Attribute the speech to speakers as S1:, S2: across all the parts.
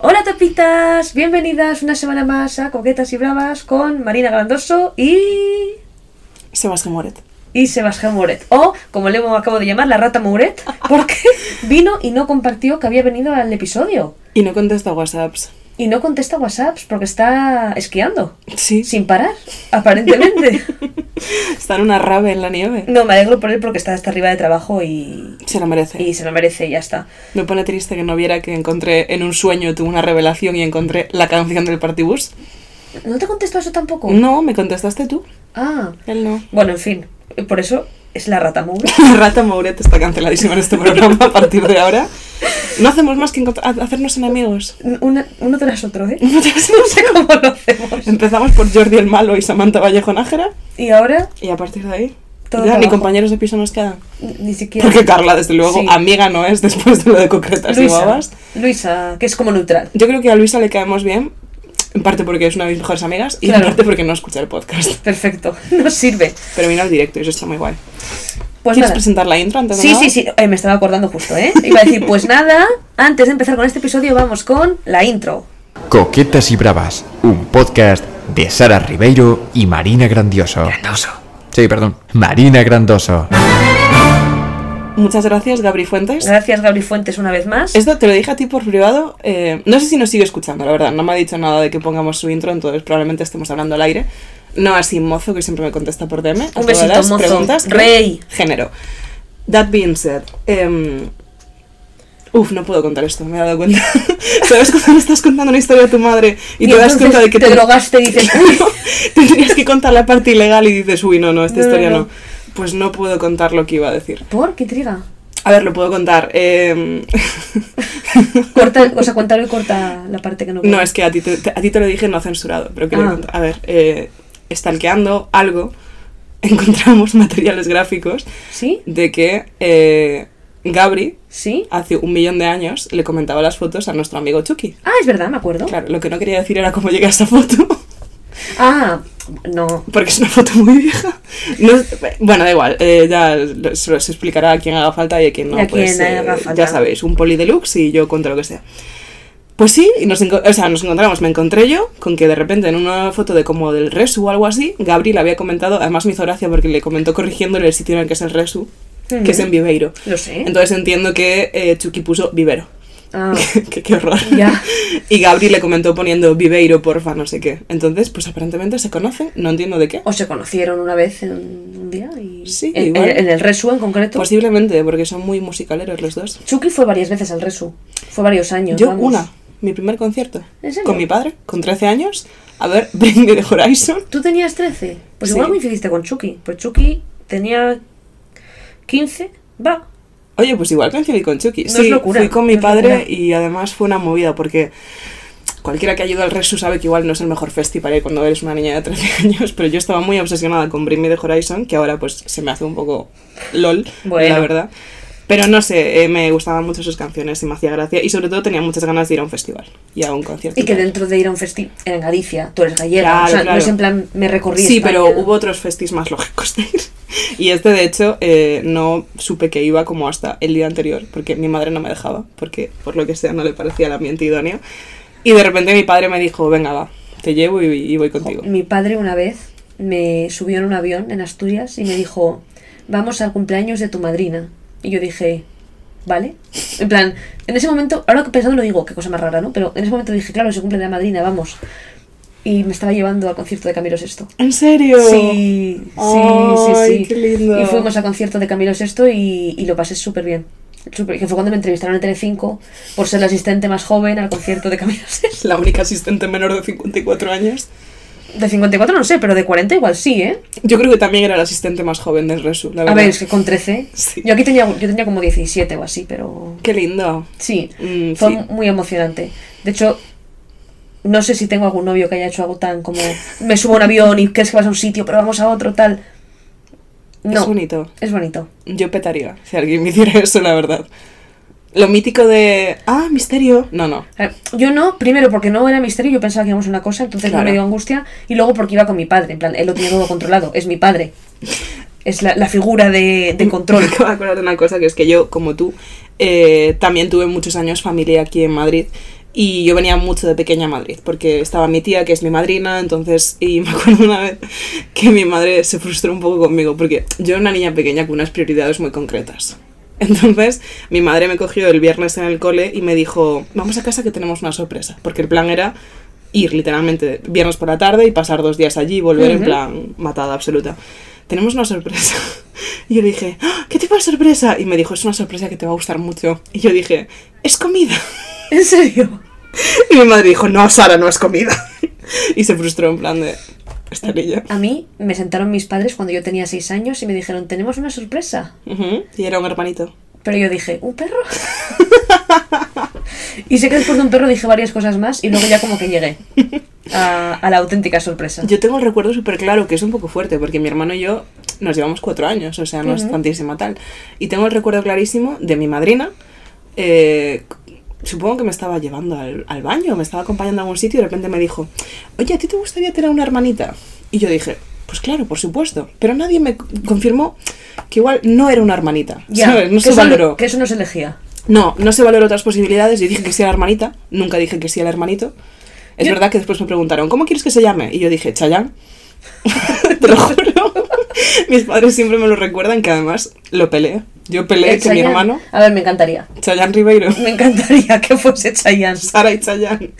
S1: Hola tapitas, bienvenidas una semana más a Coquetas y Bravas con Marina Grandoso y...
S2: Sebastián Moret.
S1: y Sebastián Mouret. O, como le acabo de llamar, la rata Mouret, porque vino y no compartió que había venido al episodio.
S2: Y no contesta WhatsApps.
S1: Y no contesta WhatsApps porque está esquiando.
S2: Sí.
S1: Sin parar, aparentemente.
S2: Está en una rave en la nieve.
S1: No, me alegro por él porque está hasta arriba de trabajo y,
S2: Se lo merece.
S1: y se lo merece y ya está.
S2: Me pone triste que no viera que encontré en un sueño, tuve una revelación y encontré la canción del partibus.
S1: ¿No te contestó eso tampoco?
S2: No, me contestaste tú.
S1: Ah,
S2: Él no.
S1: bueno, en fin. Por eso es la rata Mouret.
S2: Rata Mouret está canceladísima en este programa a partir de ahora. No hacemos más que encont- ha- hacernos enemigos.
S1: Una- uno tras otro, ¿eh? No sé cómo lo hacemos.
S2: Empezamos por Jordi el Malo y Samantha Vallejo Nájera.
S1: Y ahora
S2: Y a partir de ahí,
S1: Todo
S2: ya ni
S1: trabajo.
S2: compañeros de piso nos quedan.
S1: ni siquiera...
S2: Porque Carla, desde luego,
S1: Sí.
S2: amiga no es después de lo de concretas y
S1: Luisa,
S2: babas.
S1: Luisa, que es como neutral.
S2: Yo creo que a Luisa le caemos bien, en parte porque es una de mis mejores amigas y
S1: Claro.
S2: en parte porque no escucha el podcast.
S1: Perfecto, nos sirve.
S2: Pero vino al directo y eso está muy guay.
S1: Pues
S2: ¿Quieres
S1: nada.
S2: presentar la intro antes de
S1: Sí,
S2: nada?
S1: sí, sí, eh, me estaba acordando justo, ¿eh? Iba a decir, pues nada, antes de empezar con este episodio vamos con la intro.
S3: Coquetas y Bravas, un podcast de Sara Ribeiro y Marina Grandioso. Grandoso. Sí, perdón. Marina Grandoso.
S2: Muchas gracias, Gabri Fuentes.
S1: Gracias, Gabri Fuentes, una vez más.
S2: Esto te lo dije a ti por privado. eh, no sé si nos sigue escuchando, la verdad. No me ha dicho nada de que pongamos su intro, entonces probablemente estemos hablando al aire. No así, mozo, que siempre me contesta por DM. a
S1: Un
S2: todas
S1: besito,
S2: las
S1: mozo.
S2: Preguntas de
S1: Rey.
S2: Género. That being said. em, Uf, no puedo contar esto, me he dado cuenta. ¿Sabes cuando le estás contando una historia a tu madre y, te das
S1: entonces
S2: cuenta de que
S1: te drogaste y dices, "Uy".
S2: tendrías que contar la parte ilegal y dices, uy, no, no, esta
S1: No, no,
S2: historia
S1: no.
S2: no. Pues no puedo contar lo que iba a decir.
S1: ¿Por qué intriga?
S2: A ver, lo puedo contar. em,
S1: Corta, o sea, cuéntalo y corta la parte que no
S2: No, es que a ti te, te- a ti te lo dije no censurado, pero quería
S1: Ah.
S2: contar. A ver, eh, estalqueando algo, encontramos materiales gráficos
S1: ¿Sí?
S2: de que eh, Gabri,
S1: ¿Sí?
S2: hace un millón de años, le comentaba las fotos a nuestro amigo Chucky.
S1: Ah, es verdad, me acuerdo.
S2: Claro, lo que no quería decir era cómo llegué a esa foto,
S1: Ah, no.
S2: porque es una foto muy vieja. No es- bueno, da igual, eh, ya lo- se los explicará a quien haga falta y a quien no. pues, eh,
S1: Y a quien haga
S2: Ya
S1: falta.
S2: sabéis, un poli deluxe y yo contra lo que sea. Pues sí, y nos, enco- o sea, nos encontramos, me encontré yo con que de repente en una foto de como del Resu o algo así, Gabriel había comentado, además me hizo gracia porque le comentó corrigiéndole el sitio en el que es el Resu, que es en Viveiro.
S1: Lo sé.
S2: Entonces entiendo que eh, Chucky puso Vivero.
S1: ¿Eh? Ah,
S2: que qué horror.
S1: Ya.
S2: Y Gabri le comentó poniendo Viveiro, porfa, no sé qué. Entonces, pues aparentemente se conocen, no entiendo de qué.
S1: o se conocieron una vez en un día y...
S2: Sí,
S1: en,
S2: igual.
S1: en- en el Resu en concreto.
S2: Posiblemente, porque son muy musicaleros los dos.
S1: Chucky fue varias veces al Resu. Fue varios años.
S2: Yo,
S1: vamos.
S2: una, mi primer concierto.
S1: ¿En serio?
S2: Con mi padre, con 13 años, a ver Bring Me the Horizon.
S1: ¿Tú tenías 13? Pues
S2: Sí.
S1: igual coincidiste con Chucky. Pues Chucky tenía 15. Va.
S2: Oye, pues igual coincidí con Chucky.
S1: No
S2: sí,
S1: es locura,
S2: fui con mi
S1: no es
S2: padre
S1: locura.
S2: y además fue una movida porque cualquiera que ha ido al Resu sabe que igual no es el mejor festi para ir cuando eres una niña de 13 años, pero yo estaba muy obsesionada con Bring Me the Horizon, que ahora pues se me hace un poco lol,
S1: Bueno.
S2: la verdad. Pero no sé, eh, me gustaban mucho sus canciones y me hacía gracia y sobre todo tenía muchas ganas de ir a un festival y a un concierto.
S1: Y que
S2: tal.
S1: dentro de ir a un festín en Galicia, tú eres gallega.
S2: Claro,
S1: o sea,
S2: claro.
S1: no es en plan, me recorrí.
S2: Sí,
S1: España.
S2: pero hubo otros festis más lógicos de ir. Y este, de hecho, eh, no supe que iba como hasta el día anterior, porque mi madre no me dejaba, porque por lo que sea no le parecía el ambiente idóneo. Y de repente mi padre me dijo, venga, va, te llevo y, y voy contigo.
S1: Mi padre una vez me subió en un avión en Asturias y me dijo, vamos al cumpleaños de tu madrina. Y yo dije, ¿vale? En plan, en ese momento, ahora que pensando lo digo, qué cosa más rara, ¿no? Pero en ese momento dije, claro, se cumple de la madrina, vamos. Y me estaba llevando al concierto de Camilo Sexto.
S2: ¿En serio?
S1: Sí, sí, sí,
S2: Ay,
S1: sí.
S2: qué lindo.
S1: Y fuimos al concierto de Camilo Sexto y, y lo pasé súper bien. Súper- que fue cuando me entrevistaron en Telecinco por ser la asistente más joven al concierto de Camilo Sexto.
S2: La única asistente menor de 54 años.
S1: De 54 no sé, pero de 40 igual sí, ¿eh?
S2: Yo creo que también era la asistente más joven del Resu, la
S1: A
S2: verdad.
S1: ver, es que con 13.
S2: Sí.
S1: Yo aquí tenía, yo tenía como 17 o así, pero...
S2: Qué lindo.
S1: Sí,
S2: Mm,
S1: fue
S2: sí.
S1: muy emocionante. De hecho, no sé si tengo algún novio que haya hecho algo tan como... Me subo a un avión y crees que vas a un sitio, pero vamos a otro, tal. No.
S2: Es bonito.
S1: Es bonito.
S2: Yo petaría si alguien me hiciera eso, la verdad. Lo mítico de. Ah, misterio. No, no.
S1: Eh, Yo no, primero porque no era misterio, yo pensaba que íbamos a una cosa, entonces no
S2: Claro.
S1: me dio angustia, y luego porque iba con mi padre, en plan, él lo tenía todo controlado, es mi padre. Es la, la figura de, de control.
S2: Me acabo de acordar de una cosa que es que yo, como tú, eh, también tuve muchos años familia aquí en Madrid. Y yo venía mucho de pequeña a Madrid, porque estaba mi tía, que es mi madrina, entonces, y me acuerdo una vez que mi madre se frustró un poco conmigo, porque yo era una niña pequeña con unas prioridades muy concretas. Entonces, mi madre me cogió el viernes en el cole y me dijo, vamos a casa que tenemos una sorpresa, porque el plan era ir literalmente viernes por la tarde y pasar dos días allí y volver en
S1: Ujú.
S2: plan matada absoluta. Tenemos una sorpresa. Y yo le dije, "Ah, ¿qué tipo de sorpresa? Y me dijo, es una sorpresa que te va a gustar mucho. Y yo dije, es comida.
S1: ¿En serio?
S2: Y mi madre dijo, no, Sara, no es comida. Y se frustró en plan de, esta niña.
S1: A mí me sentaron mis padres cuando yo tenía seis años y me dijeron, tenemos una sorpresa.
S2: Ujú, Y era un hermanito.
S1: Pero yo dije, ¿un perro? y sé que después de un perro dije varias cosas más y luego ya como que llegué a, a la auténtica sorpresa.
S2: Yo tengo el recuerdo súper claro, que es un poco fuerte, porque mi hermano y yo nos llevamos cuatro años, o sea, no es
S1: Ujú.
S2: tantísima tal. Y tengo el recuerdo clarísimo de mi madrina, eh, supongo que me estaba llevando al, al baño, me estaba acompañando a algún sitio y de repente me dijo, oye, ¿a ti te gustaría tener una hermanita? Y yo dije, pues claro, por supuesto, pero nadie me confirmó que igual no era una hermanita,
S1: Ya,
S2: ¿sabes? No
S1: que
S2: se
S1: eso
S2: valoró.
S1: que eso no se elegía.
S2: No, no se valoró otras posibilidades. Yo dije que sí a la hermanita, nunca dije que sí al hermanito. Es
S1: Yo-
S2: verdad que después me preguntaron, ¿cómo quieres que se llame? Y yo dije, Chayán. Te lo juro. Mis padres siempre me lo recuerdan, que además lo peleé. Yo
S1: Eh,
S2: peleé que mi
S1: Chayanne.
S2: hermano,
S1: A ver, me encantaría.
S2: Chayán Ribeiro,
S1: Me encantaría que fuese Chayanne.
S2: Sara y Chayán.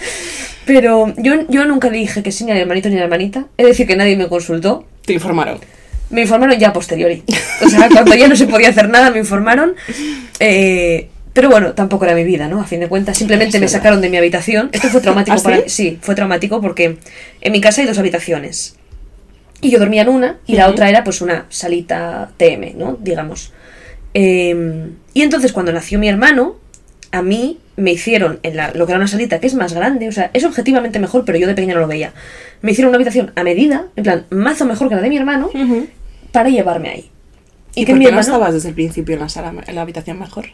S1: Pero yo, yo nunca le dije que sí ni al hermanito ni a la hermanita. Es decir, que nadie me consultó.
S2: Te informaron.
S1: Me informaron ya a posteriori. O sea, cuando ya no se podía hacer nada, me informaron. Eh, pero bueno, tampoco era mi vida, ¿no? A fin de cuentas, simplemente
S2: Es
S1: me
S2: verdad.
S1: sacaron de mi habitación. Esto fue traumático
S2: ¿Ah,
S1: para
S2: sí?
S1: mí. Sí, fue traumático porque en mi casa hay dos habitaciones. Y yo dormía en una y la
S2: Ujú.
S1: otra era pues una salita TM, ¿no? Digamos. Eh, y entonces cuando nació mi hermano, a mí me hicieron en la, lo que era una salita que es más grande, o sea, es objetivamente mejor, pero yo de pequeña no lo veía. Me hicieron una habitación a medida, en plan, mazo mejor que la de mi hermano, para llevarme ahí.
S2: ¿Y,
S1: que
S2: por
S1: mi
S2: qué no
S1: hermano-
S2: estabas desde el principio en la sala, en la habitación mejor?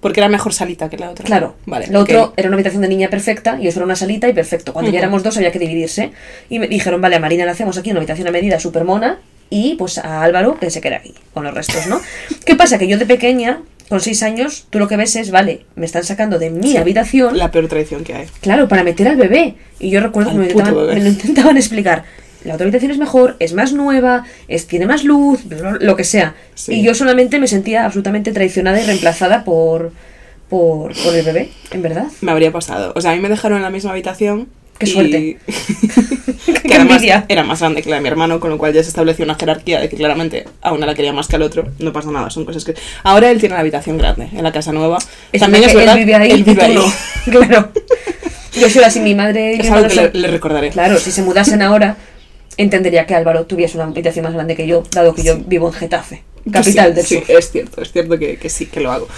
S2: Porque era mejor salita que la otra.
S1: Claro,
S2: Vale.
S1: lo
S2: ok.
S1: otro era una habitación de niña perfecta y eso era una salita y perfecto. Cuando ya
S2: Ujú.
S1: éramos dos había que dividirse y me dijeron, vale, a Marina la hacemos aquí en una habitación a medida súper mona y pues a Álvaro que se quede aquí con los restos, ¿no? ¿Qué pasa? Que yo de pequeña, con seis años, tú lo que ves es, vale, me están sacando de mi habitación
S2: La peor traición que hay.
S1: Claro, para meter al bebé. Y yo recuerdo que
S2: Al
S1: me,
S2: puto
S1: intentaban-
S2: bebé.
S1: me lo intentaban explicar. La otra habitación es mejor, es más nueva, es, tiene más luz, lo que sea.
S2: Sí.
S1: Y yo solamente me sentía absolutamente traicionada y reemplazada por, por, por el bebé, en verdad.
S2: me habría pasado. O sea, a mí me dejaron en la misma habitación.
S1: Qué
S2: y-
S1: suerte. Qué
S2: que además eh,
S1: envidia.
S2: era más grande que la de mi hermano, con lo cual ya se estableció una jerarquía de que claramente a una la quería más que al otro. No pasa nada, son cosas que. Ahora él tiene la habitación grande, en la casa nueva.
S1: Es
S2: También
S1: verdad que
S2: es verdad.
S1: él vive ahí.
S2: él vive
S1: y tú
S2: ahí.
S1: no. Claro. Yo soy así, mi madre. y
S2: Es
S1: mi
S2: algo
S1: hermano
S2: que
S1: son-
S2: le, le recordaré.
S1: Claro, si se mudasen ahora, entendería que Álvaro tuviese una habitación más grande que yo, dado que yo vivo en Getafe, capital
S2: Sí,
S1: del
S2: sí,
S1: sur.
S2: es cierto, es cierto que, que sí, que lo hago.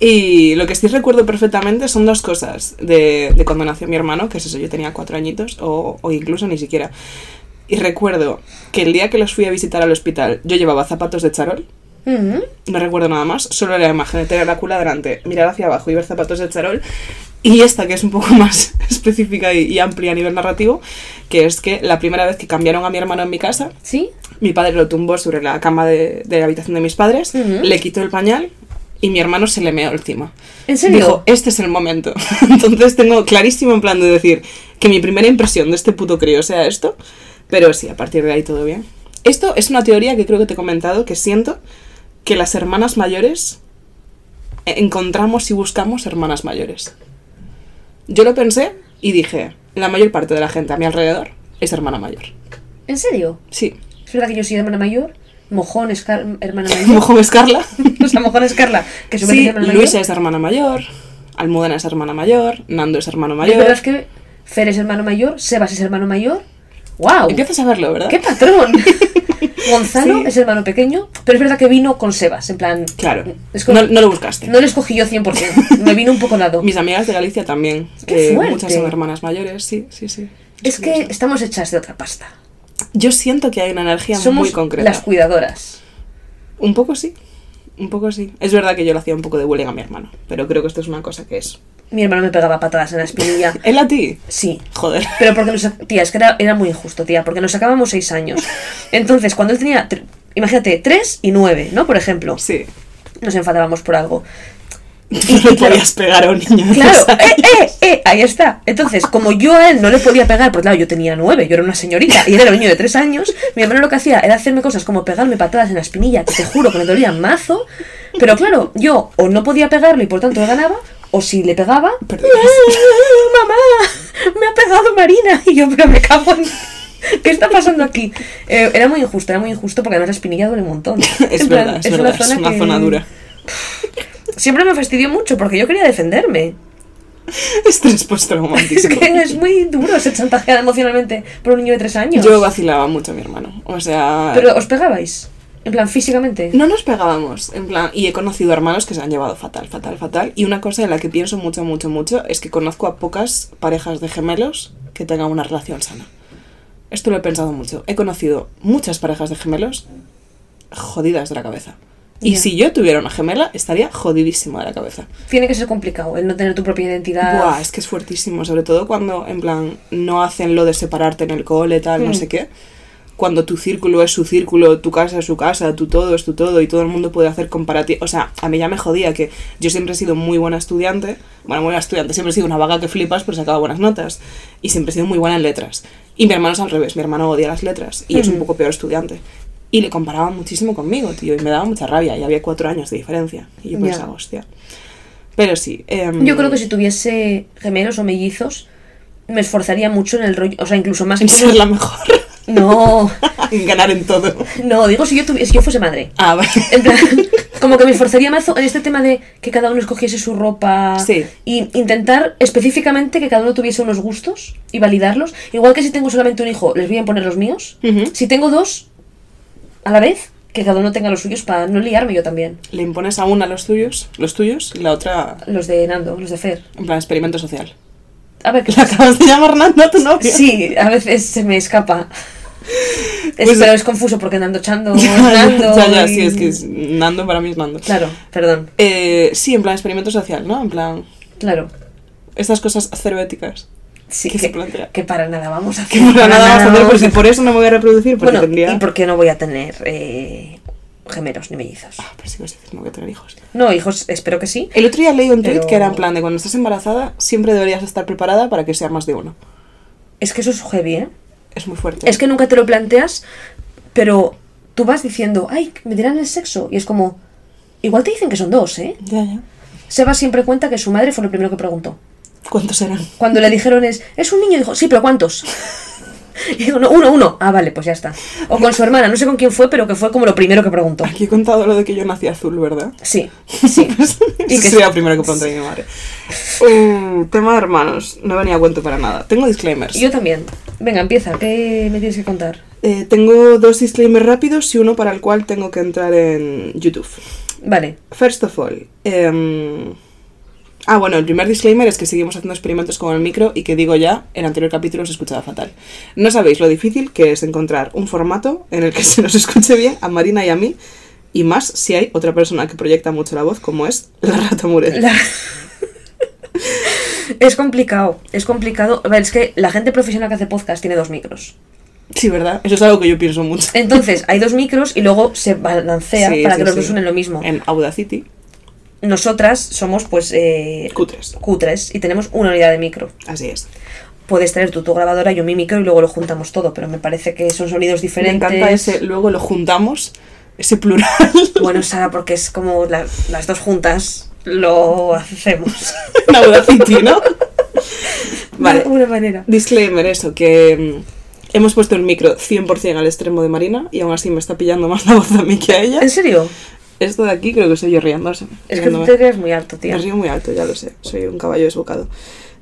S2: Y lo que sí recuerdo perfectamente son dos cosas de, de cuando nació mi hermano, que es eso, yo tenía cuatro añitos o, o incluso ni siquiera. Y recuerdo que el día que los fui a visitar al hospital, yo llevaba zapatos de charol,
S1: Ujú.
S2: no recuerdo nada más, solo la imagen de tener la cula delante, mirar hacia abajo y ver zapatos de charol. Y esta, que es un poco más específica y, y amplia a nivel narrativo, que es que la primera vez que cambiaron a mi hermano en mi casa,
S1: ¿Sí?
S2: mi padre lo tumbó sobre la cama de, de la habitación de mis padres,
S1: Ujú.
S2: le quitó el pañal y mi hermano se le meó encima.
S1: ¿En serio?
S2: Dijo, este es el momento. Entonces tengo clarísimo en plan de decir que mi primera impresión de este puto crío sea esto, pero sí, a partir de ahí todo bien. Esto es una teoría que creo que te he comentado, que siento que las hermanas mayores eh, encontramos y buscamos hermanas mayores. Yo lo pensé y dije, la mayor parte de la gente a mi alrededor es hermana mayor.
S1: ¿En serio?
S2: Sí.
S1: Es verdad que yo soy hermana mayor. Mojón es Car- hermana mayor.
S2: Mojón es Carla.
S1: o sea, Mojón es Carla, que su vez es
S2: Sí,
S1: hermana
S2: Luisa
S1: mayor.
S2: es hermana mayor, Almudena es hermana mayor, Nando es hermano
S1: Y es verdad
S2: mayor.
S1: que Fer es hermano mayor, Sebas es hermano mayor. ¡Wow!
S2: Empiezas a verlo, ¿verdad?
S1: ¡Qué patrón! Gonzalo
S2: Sí.
S1: es hermano pequeño, pero es verdad que vino con Sebas, en plan.
S2: Claro.
S1: es como-
S2: No, no lo buscaste.
S1: no le escogí yo 100%, me vino un poco dado.
S2: Mis amigas de Galicia también. eh,
S1: ¡Qué fuerte!
S2: muchas son hermanas mayores, sí, sí, sí.
S1: Es que
S2: curioso.
S1: estamos hechas de otra pasta.
S2: Yo siento que hay una energía
S1: Somos
S2: muy concreta.
S1: las cuidadoras.
S2: Un poco sí. Un poco sí. Es verdad que yo le hacía un poco de bullying a mi hermano, pero creo que esto es una cosa que es.
S1: Mi hermano me pegaba patadas en la espinilla.
S2: ¿Él a ti?
S1: Sí,
S2: Joder.
S1: Pero porque nos... Tía, es que era, era muy injusto, tía, porque nos sacábamos seis años. Entonces, cuando él tenía... tre- Imagínate, tres y nueve, ¿no? Por ejemplo,
S2: Sí.
S1: nos enfadábamos por algo.
S2: Tú le podías pegar a un niño de
S1: Claro,
S2: tres años.
S1: eh, eh, eh, ahí está. Entonces, como yo a él no le podía pegar, porque claro, yo tenía nueve, yo era una señorita y él era un niño de tres años, mi hermano lo que hacía era hacerme cosas como pegarme patadas en la espinilla, que te juro que me dolía mazo, pero claro, yo o no podía pegarle y por tanto le ganaba, o si le pegaba,
S2: Perdías.
S1: "Ah, mamá, me ha pegado Marina, y yo, pero me cago en... ¿Qué está pasando aquí? Eh, era muy injusto, era muy injusto porque además la espinilla duele un montón.
S2: Es
S1: En plan,
S2: verdad, es, verdad, es una
S1: que-
S2: zona dura.
S1: Siempre me fastidió mucho porque yo quería defenderme.
S2: Estrés
S1: Es
S2: postraumático.
S1: que es muy duro ser chantajeada emocionalmente por un niño de tres años.
S2: Yo vacilaba mucho a mi hermano. O sea.
S1: Pero os pegabais, en plan físicamente.
S2: No nos pegábamos, en plan, y he conocido hermanos que se han llevado fatal, fatal, fatal. Y una cosa de la que pienso mucho, mucho, mucho es que conozco a pocas parejas de gemelos que tengan una relación sana. Esto lo he pensado mucho. He conocido muchas parejas de gemelos jodidas de la cabeza. Y
S1: Ya.
S2: si yo tuviera una gemela, estaría jodidísima de la cabeza.
S1: Tiene que ser complicado el no tener tu propia identidad.
S2: Buah, es que es fuertísimo, sobre todo cuando, en plan, no hacen lo de separarte en el cole, tal,
S1: Mm.
S2: no sé qué. Cuando tu círculo es su círculo, tu casa es su casa, tu todo es tu todo y todo el mundo puede hacer comparativo. O sea, a mí ya me jodía que yo siempre he sido muy buena estudiante. Bueno, muy buena estudiante, siempre he sido una vaga que flipas, pero sacaba buenas notas. Y siempre he sido muy buena en letras. Y mi hermano es al revés, mi hermano odia las letras y es un
S1: Ujú.
S2: poco peor estudiante. Y le comparaba muchísimo conmigo, tío, y me daba mucha rabia. Y había cuatro años de diferencia. Y yo
S1: Ya.
S2: pensaba, hostia. Pero sí. em,
S1: Yo creo que si tuviese gemelos o mellizos, me esforzaría mucho en el rollo. O sea, incluso más.
S2: en ser la mejor,
S1: No,
S2: en ganar en todo.
S1: no, digo si yo, tuviese, si yo fuese madre.
S2: Ah, vale.
S1: En plan, como que me esforzaría mazo en este tema de que cada uno escogiese su ropa
S2: Sí.
S1: y intentar específicamente que cada uno tuviese unos gustos y validarlos. Igual que si tengo solamente un hijo, les voy a poner los míos.
S2: Ujú.
S1: Si tengo dos a la vez, que cada uno tenga los suyos para no liarme yo también.
S2: Le impones a una los tuyos, los tuyos, y la otra,
S1: Los de Nando, los de Fer.
S2: en plan, experimento social.
S1: A ver, ¿qué
S2: ¿La
S1: pasa?
S2: acabas de llamar Nando a tu novio?
S1: Sí, a veces se me escapa. Es-
S2: Pues-
S1: pero es confuso porque Nando Chando, Nando.
S2: Ya, ya, ya,
S1: y-
S2: sí, es que es- Nando para mí es Nando.
S1: Claro, perdón,
S2: Eh, sí, en plan, experimento social, ¿no? En plan,
S1: claro.
S2: estas cosas cervéticas.
S1: Sí,
S2: ¿Qué se
S1: que,
S2: plantea?
S1: que para nada vamos a hacer.
S2: Que por nada vas a hacer,
S1: vamos
S2: pues si por eso no me voy a reproducir, porque
S1: Bueno,
S2: tendría...
S1: ¿y por qué no voy a tener eh, gemelos ni mellizos?
S2: Ah, pero sí que vas a decir, no voy a tener hijos.
S1: No, hijos, espero que sí.
S2: El otro día leí un tweet
S1: Pero-
S2: que era en plan de cuando estás embarazada, siempre deberías estar preparada para que sea más de uno.
S1: Es que eso es heavy, ¿eh?
S2: Es muy fuerte.
S1: Es que nunca te lo planteas, pero tú vas diciendo, ay, me dirán el sexo. Y es como, igual te dicen que son dos, ¿eh?
S2: Ya, ya.
S1: Seba siempre cuenta que su madre fue lo primero que preguntó.
S2: ¿Cuántos eran?
S1: Cuando le dijeron es, es un niño, dijo, sí, pero ¿cuántos? Y digo, no, uno, uno. Ah, vale, pues ya está. O con su hermana, no sé con quién fue, pero que fue como lo primero que preguntó.
S2: Aquí he contado lo de que yo nací azul, ¿verdad?
S1: Sí, sí.
S2: Eso
S1: que-
S2: sería lo primero que pregunté a mi madre. Eh, tema de hermanos, no venía a cuento para nada. Tengo disclaimers.
S1: Yo también. Venga, empieza. ¿Qué me tienes que contar?
S2: Eh, tengo dos disclaimers rápidos y uno para el cual tengo que entrar en YouTube.
S1: Vale.
S2: First of all, em, ah, bueno, el primer disclaimer es que seguimos haciendo experimentos con el micro y que digo ya, el anterior capítulo se escuchaba fatal. No sabéis lo difícil que es encontrar un formato en el que se nos escuche bien a Marina y a mí, y más si hay otra persona que proyecta mucho la voz, como es la rata mureta.
S1: La- es complicado, es complicado. A ver, es que la gente profesional que hace podcast tiene dos micros.
S2: Sí, ¿verdad? Eso es algo que yo pienso mucho.
S1: Entonces, hay dos micros y luego se balancea
S2: Sí,
S1: para
S2: sí,
S1: que los
S2: sí. Em.
S1: dos suenen lo mismo.
S2: En Audacity,
S1: Nosotras somos, pues, eh,
S2: cutres.
S1: cutres y tenemos una unidad de micro.
S2: Así es.
S1: Puedes traer tú tu grabadora, yo mi micro y luego lo juntamos todo, pero me parece que son sonidos
S2: Me
S1: diferentes.
S2: encanta ese, luego lo juntamos, ese plural.
S1: Bueno, Sara, porque es como la- las dos juntas lo hacemos.
S2: en Audacity, ¿no? Vale.
S1: De alguna manera.
S2: Disclaimer, eso, que mm, hemos puesto el micro 100% al extremo de Marina y aún así me está pillando más la voz a mí que a ella.
S1: ¿En serio?
S2: Esto de aquí creo que soy yo riéndose.
S1: Es que tú
S2: riéndome.
S1: te rías muy alto, tía.
S2: Me río muy alto, ya lo sé. Soy un caballo desbocado.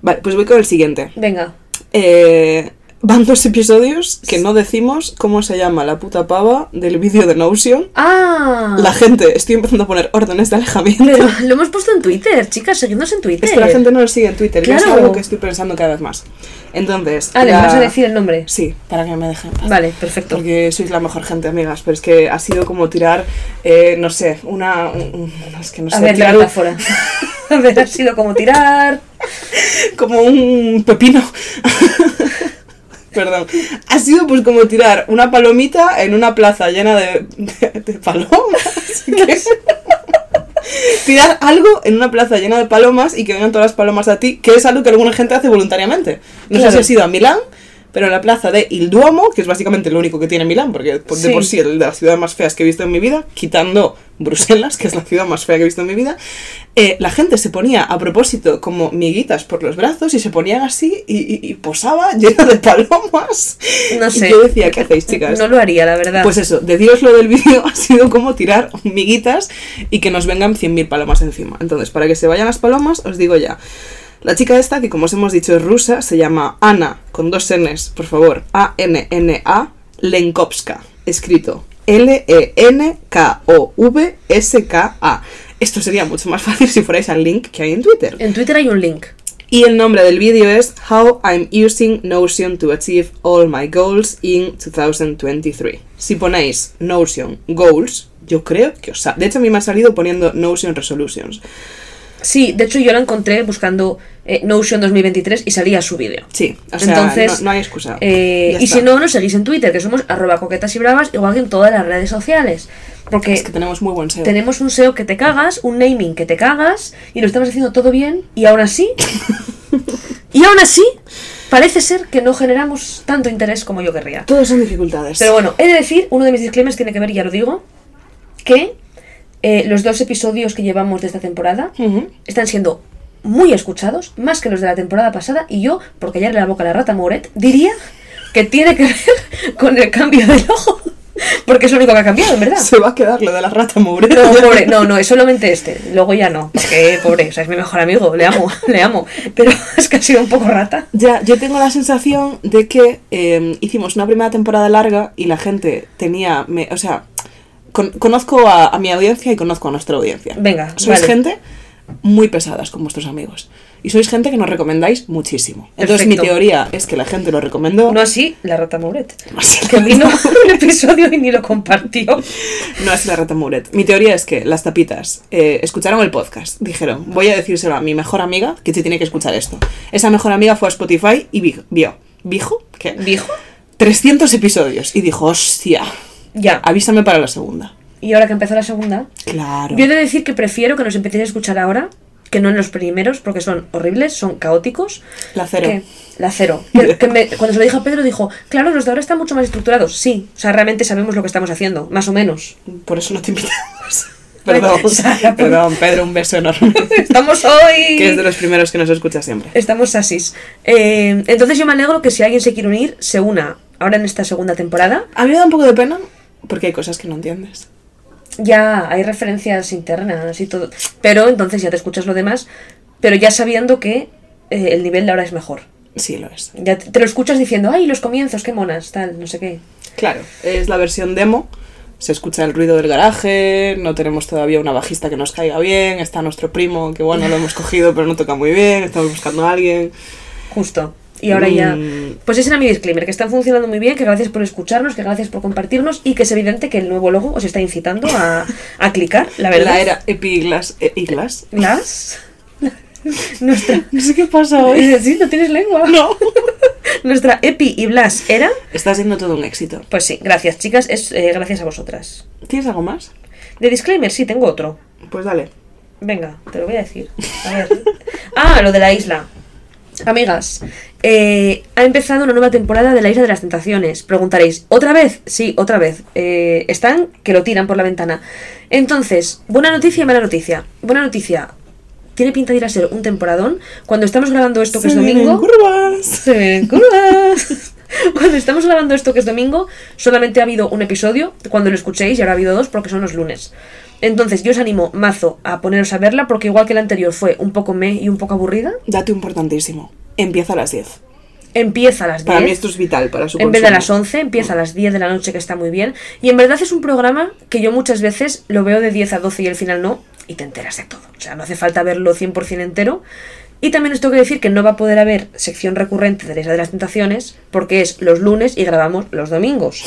S2: Vale, pues voy con el siguiente.
S1: Venga.
S2: Eh, van dos episodios que no decimos cómo se llama la puta pava del vídeo de Notion.
S1: ¡Ah!
S2: La gente, estoy empezando a poner órdenes de alejamiento.
S1: Pero lo hemos puesto en Twitter, chicas, seguidnos en Twitter.
S2: Es que la gente no lo sigue en Twitter. Yo es
S1: Claro.
S2: algo que estoy pensando cada vez más. Entonces.
S1: Ah, ¿les
S2: la-
S1: vas a decir el nombre?
S2: Sí, para que me dejen. en paz.
S1: Vale, perfecto.
S2: Porque sois la mejor gente, amigas. Pero es que ha sido como tirar, eh, no sé, una. un- un- es que no
S1: A
S2: sé,
S1: ver, la
S2: tirar un-
S1: metáfora. A ver, ha sido como tirar.
S2: como un pepino. Perdón. Ha sido pues como tirar una palomita en una plaza llena de, de, de palomas. que es- tirar algo en una plaza llena de palomas y que vengan todas las palomas a ti, que es algo que alguna gente hace voluntariamente. No
S1: Claro.
S2: sé si has ido a Milán, pero en la plaza de Il Duomo, que es básicamente lo único que tiene Milán, porque por- Pues de
S1: Sí.
S2: por sí es de las ciudades más feas que he visto en mi vida, quitando Bruselas, que es la ciudad más fea que he visto en mi vida, eh, la gente se ponía a propósito como miguitas por los brazos y se ponían así y, y- y posaba llena de palomas.
S1: No
S2: Y
S1: sé.
S2: yo decía, ¿qué hacéis, chicas?
S1: No lo haría, la verdad.
S2: Pues eso, deciros lo del vídeo ha sido como tirar miguitas y que nos vengan 100.000 palomas encima. Entonces, para que se vayan las palomas, os digo ya. La chica esta, que como os hemos dicho es rusa, se llama Ana, con dos Ns, por favor. A-N-N-A Lenkovska. Escrito E L-E-N-K-O-V-S-K-A. Esto sería mucho más fácil si fuerais al link que hay en Twitter.
S1: En Twitter hay un link.
S2: Y el nombre del vídeo es How I'm Using Notion to Achieve All My Goals in 2023. Si ponéis Notion Goals, yo creo que os sale. De hecho, a mí me ha salido poniendo Notion Resolutions.
S1: Sí, de hecho yo la encontré buscando eh, Notion 2023 y salía su vídeo.
S2: Sí, o sea,
S1: Entonces,
S2: no, no hay excusa.
S1: eh,
S2: Ya
S1: y
S2: está.
S1: si no, nos seguís en Twitter, que somos arroba coquetas y bravas, igual que en todas las redes sociales. Porque
S2: Es que tenemos muy buen E SEO.
S1: eh, tenemos un SEO que te cagas, un naming que te cagas, y lo estamos haciendo todo bien, y aún así. y aún así, parece ser que no generamos tanto interés como yo querría.
S2: Todos son dificultades.
S1: Pero bueno, he de decir, uno de mis disclaimers tiene que ver, ya lo digo, que eh, los dos episodios que llevamos de esta temporada
S2: Ujú.
S1: están siendo muy escuchados, más que los de la temporada pasada, y yo, por callarle la boca a la rata Moret, diría que tiene que ver con el cambio del ojo, porque es lo único que ha cambiado, en verdad.
S2: Se va a quedar lo de la rata
S1: No,
S2: mureta.
S1: pobre, no, no, es solamente este, luego ya no, porque pobre, o sea, es mi mejor amigo, le amo, le amo, pero es que ha sido un poco rata.
S2: Ya, yo tengo la sensación de que eh, hicimos una primera temporada larga y la gente tenía. me- o sea, con- conozco a, a mi audiencia y conozco a nuestra audiencia.
S1: Venga,
S2: Sois
S1: vale.
S2: gente muy pesadas con vuestros amigos. Y sois gente que nos recomendáis muchísimo. Entonces, mi
S1: Perfecto.
S2: teoría es que la gente lo recomendó.
S1: No así, la rata Moret,
S2: así
S1: que vino un episodio y ni lo compartió.
S2: No es la rata Muret. Mi teoría es que las tapitas eh, escucharon el podcast, dijeron, voy a decírselo a mi mejor amiga que se tiene que escuchar esto. Esa mejor amiga fue a Spotify y vi- vio, ¿vijo? ¿Qué?
S1: ¿Dijo?
S2: 300 episodios y dijo, hostia,
S1: Ya.
S2: avísame para la segunda.
S1: Y ahora que empezó la segunda,
S2: Claro.
S1: Yo he de decir que prefiero que nos empecéis a escuchar ahora que no en los primeros, porque son horribles, son caóticos.
S2: La cero.
S1: Que- la cero. Que- que me- cuando se lo dije a Pedro dijo, claro, los de ahora están mucho más estructurados. Sí, o sea, realmente sabemos lo que estamos haciendo, más o menos.
S2: Por eso no te invitamos. Perdón,
S1: Ay, Sara, por-
S2: perdón, Pedro, un beso enorme.
S1: Estamos hoy.
S2: que es de los primeros que nos escucha siempre.
S1: Estamos asis. Eh, entonces yo me alegro que si alguien se quiere unir, se una ahora en esta segunda temporada.
S2: A mí me da un poco de pena porque hay cosas que no entiendes.
S1: Ya hay referencias internas y todo. Pero entonces ya te escuchas lo demás, pero ya sabiendo que eh, el nivel de ahora es mejor.
S2: Sí, lo es.
S1: Ya te te lo escuchas diciendo, ay, los comienzos, qué monas, tal, no sé qué.
S2: Claro, es la versión demo. Se escucha el ruido del garaje, no tenemos todavía una bajista que nos caiga bien, está nuestro primo, que bueno, lo hemos cogido pero no toca muy bien, estamos buscando a alguien.
S1: Justo. Y ahora ya.
S2: Mm.
S1: Pues ese era mi disclaimer, que están funcionando muy bien, que gracias por escucharnos, que gracias por compartirnos y que es evidente que el nuevo logo os está incitando a, a clicar, la verdad.
S2: La era epiglas... eh, iglas.
S1: Las. Nuestra.
S2: No sé qué pasa hoy.
S1: Sí, no tienes lengua.
S2: No.
S1: Nuestra Epi y Blas era.
S2: Está siendo todo un éxito.
S1: Pues sí, gracias, chicas, es eh, gracias a vosotras.
S2: ¿Tienes algo más?
S1: De disclaimer, sí, tengo otro.
S2: Pues dale.
S1: Venga, te lo voy a decir. A ver. Ah, lo de la isla. Amigas, eh, ha empezado una nueva temporada de la Isla de las Tentaciones. Preguntaréis, ¿otra vez? Sí, otra vez. Eh, están que lo tiran por la ventana. Entonces, buena noticia y mala noticia. Buena noticia, tiene pinta de ir a ser un temporadón. Cuando estamos grabando esto, que es
S2: Se vienen
S1: domingo.
S2: curvas.
S1: Se ven curvas. Cuando estamos grabando esto que es domingo, solamente ha habido un episodio. Cuando lo escuchéis, y ahora ha habido dos porque son los lunes. Entonces, yo os animo, mazo, a poneros a verla porque igual que la anterior fue un poco me y un poco aburrida,
S2: Dato importantísimo. Empieza a las 10.
S1: empieza a las 10.
S2: Para mí esto es vital para su
S1: en vez de a las
S2: consumo.
S1: 11, empieza a las 10 de la noche, que está muy bien. Y en verdad es un programa que yo muchas veces lo veo de 10 a 12 y al final no, y te enteras de todo. O sea, no hace falta verlo 100% entero. Y también os tengo que decir que no va a poder haber sección recurrente de la Isla de las Tentaciones, porque es los lunes y grabamos los domingos.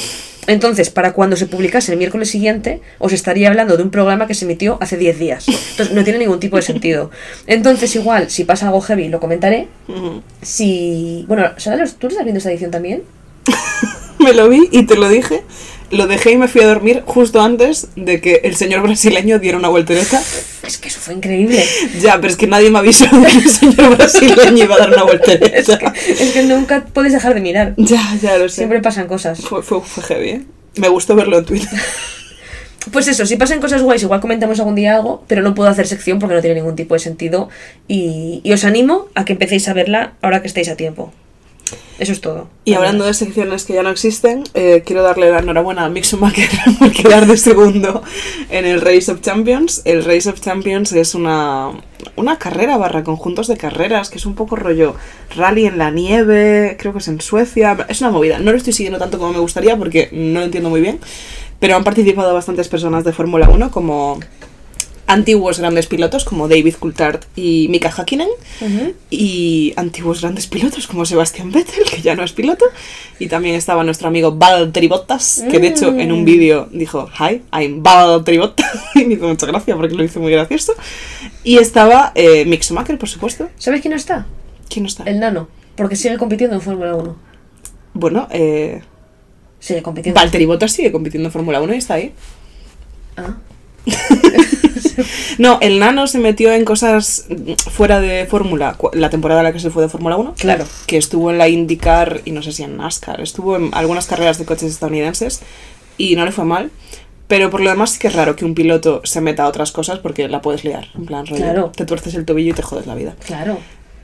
S1: Entonces, para cuando se publicase el miércoles siguiente, os estaría hablando de un programa que se emitió hace 10 días. Entonces, no tiene ningún tipo de sentido. Entonces, igual, si pasa algo heavy, lo comentaré.
S2: Ujú.
S1: Si. Bueno, Sara, ¿los- ¿tú estás viendo esta edición también?
S2: Me lo vi y te lo dije. Lo dejé y me fui a dormir justo antes de que el señor brasileño diera una voltereta
S1: es que eso fue increíble.
S2: Ya, pero es que nadie me avisó que el señor brasileño iba a dar una
S1: Es
S2: voltereta.
S1: que, es que nunca puedes dejar de mirar.
S2: Ya, ya lo sé.
S1: Siempre pasan cosas.
S2: Fue, fue, fue heavy, ¿eh? Me gustó verlo en Twitter.
S1: Pues eso, si pasan cosas guays, igual comentamos algún día algo, pero no puedo hacer sección porque no tiene ningún tipo de sentido. Y, y os animo a que empecéis a verla ahora que estáis a tiempo. Eso es todo.
S2: Y hablando de secciones que ya no existen, eh, quiero darle la enhorabuena a Mixumaker por quedar de segundo en el Race of Champions. El Race of Champions es una, una carrera barra conjuntos de carreras, que es un poco rollo rally en la nieve, creo que es en Suecia. Es una movida. No lo estoy siguiendo tanto como me gustaría porque no lo entiendo muy bien, pero han participado bastantes personas de Fórmula 1 como antiguos grandes pilotos como David Coulthard y Mika Hakkinen
S1: Ujú.
S2: y antiguos grandes pilotos como Sebastián Vettel, que ya no es piloto, y también estaba nuestro amigo Valtteri Bottas, que de hecho en
S1: Mm.
S2: un vídeo dijo, hi, I'm Valtteri Bottas, y me hizo mucha gracia porque lo hizo muy gracioso, y estaba eh, Mick Schumacher, por supuesto,
S1: ¿Sabes quién no está?
S2: ¿quién no está?
S1: El nano. Porque sigue compitiendo en Fórmula 1.
S2: Bueno, eh,
S1: Sigue compitiendo.
S2: Valtteri Bottas sigue compitiendo en Fórmula 1 y está ahí.
S1: Ah.
S2: No, el nano se metió en cosas mm, fuera de Fórmula, cu- la temporada en la que se fue de Fórmula 1.
S1: Claro.
S2: Que estuvo en la IndyCar y no sé si en NASCAR. Estuvo en algunas carreras de coches estadounidenses y no le fue mal. Pero por lo demás sí que es raro que un piloto se meta a otras cosas porque la puedes liar. En plan, rollo,
S1: Claro.
S2: te tuerces el tobillo y te jodes la vida.
S1: Claro.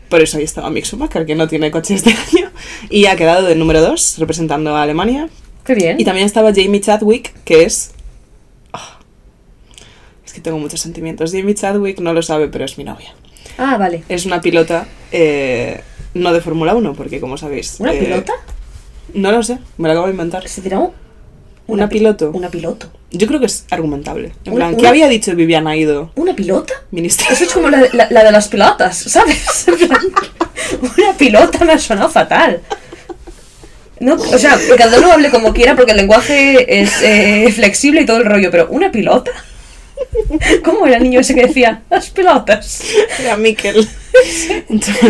S2: Por eso ahí estaba Mick Schumacher, que no tiene coche este año. Y ha quedado de número 2 representando a Alemania.
S1: Qué bien.
S2: Y también estaba Jamie Chadwick, que es. Ah, es que tengo muchos sentimientos. Jamie Chadwick no lo sabe, pero es mi novia.
S1: Ah, vale.
S2: Es una pilota, eh, no de Fórmula 1, porque como sabéis.
S1: ¿Una
S2: eh,
S1: pilota?
S2: No lo sé, me lo acabo de inventar.
S1: ¿Se tiró? Una,
S2: Una
S1: pi-
S2: piloto.
S1: Una piloto.
S2: Yo creo que es argumentable. En
S1: Una-
S2: plan, ¿qué
S1: una-
S2: había dicho Viviana Ido,
S1: ¿Una pilota?
S2: ministra?
S1: Eso es como la, la- la de las pilotas, ¿sabes? En plan, Una pilota me ha sonado fatal. No, o sea, que cada uno hable como quiera porque el lenguaje es eh, flexible y todo el rollo, pero ¿una pilota? ¿Cómo era el niño ese que decía las pilotas?
S2: Era Miquel.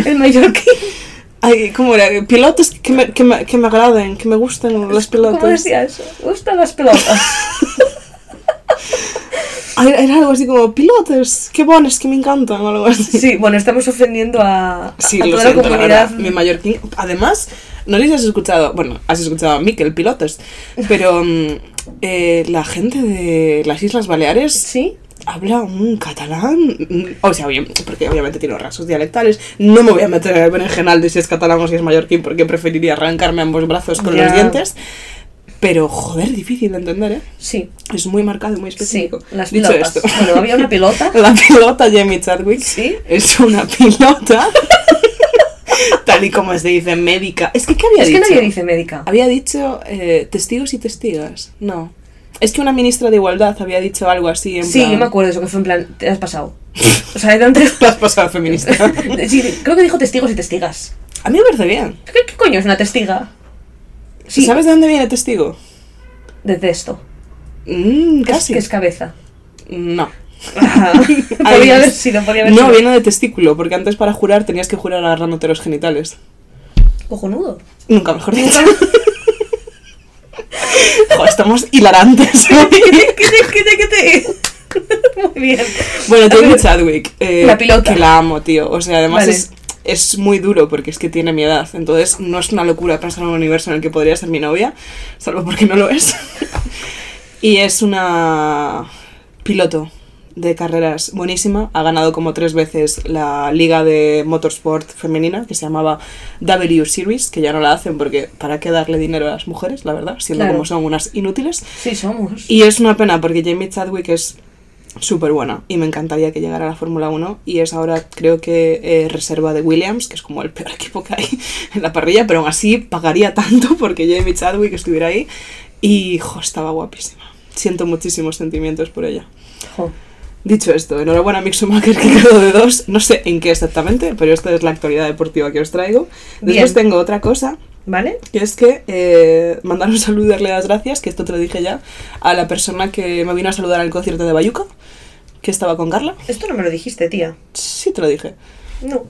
S1: El mallorquín.
S2: Ay, ¿cómo era? Pilotos que me, que me- que me agraden, que me gusten los pilotos.
S1: ¿Cómo decía eso? Gustan las pelotas.
S2: Ay, Era algo así como, pilotos, qué bonos, que me encantan, o algo así.
S1: Sí, bueno, estamos ofendiendo a, a-
S2: Sí,
S1: a
S2: lo
S1: toda
S2: siento,
S1: la
S2: la
S1: comunidad.
S2: verdad, mi mallorquín. Además, no sé si has escuchado, bueno, has escuchado a Miquel Pilotos, pero mm, eh, la gente de las Islas Baleares
S1: Sí,
S2: habla un catalán. mm, O sea, bien, porque obviamente tiene rasgos dialectales. No me voy a meter en el berenjenal de si es catalán o si es mallorquín, porque preferiría arrancarme ambos brazos con
S1: Ya.
S2: los dientes. Pero, joder, difícil de entender, ¿eh?
S1: sí,
S2: Es muy marcado, muy
S1: sí.
S2: específico.
S1: Las
S2: Dicho
S1: pelotas.
S2: esto,
S1: Bueno, había una pelota.
S2: la pilota Jamie Chadwick
S1: Sí.
S2: es una pilota. tal y como se dice médica. Es que, ¿qué había
S1: Es que
S2: dicho?
S1: nadie dice médica.
S2: Había dicho eh, testigos y testigas. No. Es que una ministra de Igualdad había dicho algo así en
S1: Sí,
S2: plan...
S1: yo me acuerdo de eso, que fue en plan, te has pasado. O sea, eran tres...
S2: Las pasadas feministas.
S1: sí, creo que dijo testigos y testigas.
S2: A mí me parece bien.
S1: ¿Qué, qué coño es una testiga? Sí,
S2: ¿Sabes de dónde viene testigo?
S1: Detesto.
S2: Mm,
S1: Que es-
S2: casi.
S1: Que es cabeza.
S2: No. Ahí
S1: podría haber
S2: es.
S1: sido, podría haber sido.
S2: No, viene de testículo, porque antes para jurar tenías que jurar agarrándote los genitales.
S1: Cojonudo.
S2: Nunca mejor dicho. Jo, estamos hilarantes.
S1: Muy bien.
S2: bueno, Jamie Chadwick. eh,
S1: La pilota.
S2: Que la amo, tío. O sea, además
S1: Vale.
S2: es, es muy duro porque es que tiene mi edad. Entonces no es una locura pensar en un universo en el que podría ser mi novia, salvo porque no lo es. y es una piloto de carreras buenísima. Ha ganado como tres veces la liga de motorsport femenina que se llamaba W Series, que ya no la hacen porque ¿para qué darle dinero a las mujeres, la verdad? Siendo
S1: Claro.
S2: como son unas inútiles.
S1: Sí, somos.
S2: Y es una pena porque Jamie Chadwick es súper buena y me encantaría que llegara a la Fórmula 1 y es ahora creo que eh, reserva de Williams, que es como el peor equipo que hay en la parrilla, pero aún así pagaría tanto porque Jamie Chadwick estuviera ahí y jo, estaba guapísima. Siento muchísimos sentimientos por ella.
S1: Jo.
S2: Dicho esto, enhorabuena a Mick Schumacher que quedó de dos, no sé en qué exactamente, pero esta es la actualidad deportiva que os traigo. Después
S1: Bien.
S2: tengo otra cosa
S1: ¿Vale?
S2: que es que eh, mandar un saludo y darle las gracias, que esto te lo dije ya, a la persona que me vino a saludar al concierto de Bayuca, que estaba con Carla.
S1: Esto no me lo dijiste, tía.
S2: Sí, te lo dije.
S1: No.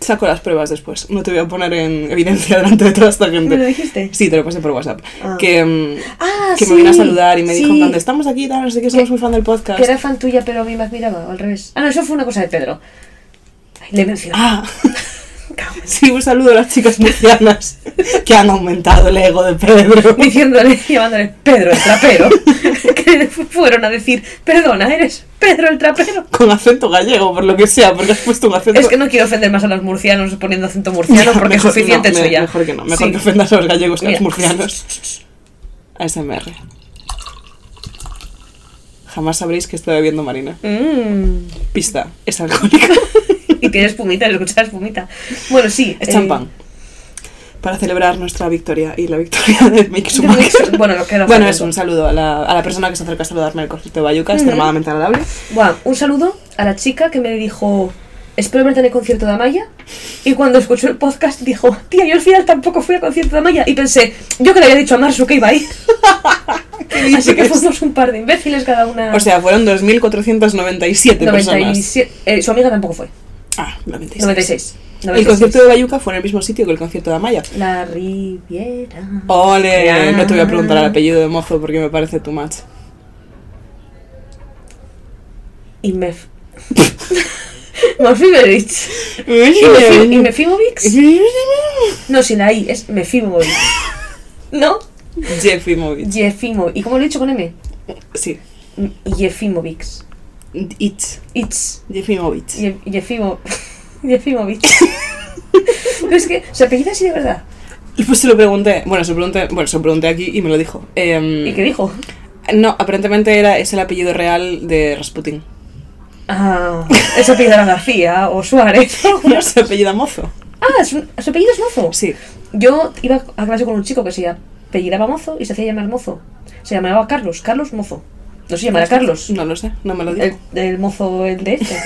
S2: saco las pruebas después. No te voy a poner en evidencia delante de toda esta gente.
S1: ¿Me lo dijiste?
S2: Sí, te lo pasé por WhatsApp.
S1: Ah.
S2: Que, mm,
S1: Ah,
S2: que
S1: sí,
S2: me vino a saludar y me dijo,
S1: sí.
S2: en plan de, estamos aquí, tal, no sé qué, somos muy fan del podcast.
S1: Que era fan tuya, pero a mí me admiraba, o al revés. Ah, no, eso fue una cosa de Pedro. Ay, le mencioné.
S2: Ah, sí, un saludo a las chicas murcianas que han aumentado el ego de Pedro.
S1: diciéndole, llamándole Pedro el trapero, que fueron a decir, perdona, eres Pedro el trapero.
S2: Con acento gallego, por lo que sea, porque has puesto un acento...
S1: Es que no quiero ofender más a los murcianos poniendo acento murciano
S2: No,
S1: porque
S2: mejor-
S1: es suficiente
S2: no,
S1: soy
S2: me-
S1: ya.
S2: Mejor que no, mejor
S1: Sí.
S2: que ofendas a los gallegos que a los
S1: Mira.
S2: murcianos. ASMR. Jamás sabréis que estoy bebiendo marina.
S1: Mm.
S2: Pista, es alcohólica.
S1: Y tiene espumita, le escuchas espumita. Bueno, sí.
S2: Es
S1: eh,
S2: champán. Para celebrar nuestra victoria y la victoria de Mick
S1: de
S2: Schumacher.
S1: Mick- bueno, lo que era
S2: Bueno,
S1: Fernando.
S2: es un saludo a la, a la persona que se acerca a saludarme al concierto de Bayuca, extremadamente agradable.
S1: Buah, un saludo a la chica que me dijo, espero verte en el concierto de Amaya. Y cuando escuchó el podcast dijo, tía, yo al final tampoco fui al concierto de Amaya. Y pensé, yo que le había dicho a Marsu que iba a ir. Así que fuimos un par de imbéciles cada una.
S2: O sea, fueron 2.497 personas.
S1: 97. eh, su amiga tampoco fue.
S2: Ah, 96.
S1: 96.
S2: El concierto de Bayuca fue en el mismo sitio que el concierto de Amaya.
S1: La Riviera.
S2: Ole,
S1: Ya.
S2: no te voy a preguntar el apellido de mozo porque me parece too much.
S1: Inmef. Mafimovich. Inmefi-
S2: Yo
S1: Inmefimovich. Eh, No, sin la I, es Mefimovic. ¿No?
S2: Jefimovic.
S1: Jefimovic. ¿Y cómo lo he dicho con M?
S2: Sí.
S1: Jefimovic.
S2: It.
S1: It's
S2: Jefimovic.
S1: Ye- Jefimo... Jefimovic. Pero es que se apellida así de verdad.
S2: Y pues se lo pregunté. Bueno, se lo pregunté, bueno, se lo pregunté aquí y me lo dijo. Em,
S1: ¿Y qué dijo?
S2: no, aparentemente era, es el apellido real de Rasputin.
S1: Ah, es apellida García o Suárez.
S2: No se apellida mozo.
S1: ah, es un- su apellido es Mozo.
S2: Sí.
S1: Yo iba a clase con un chico que se apellidaba Mozo y se hacía llamar Mozo. Se llamaba Carlos, Carlos Mozo. No se llamará Carlos.
S2: No lo sé, no me lo dijo.
S1: El, el mozo, el de este.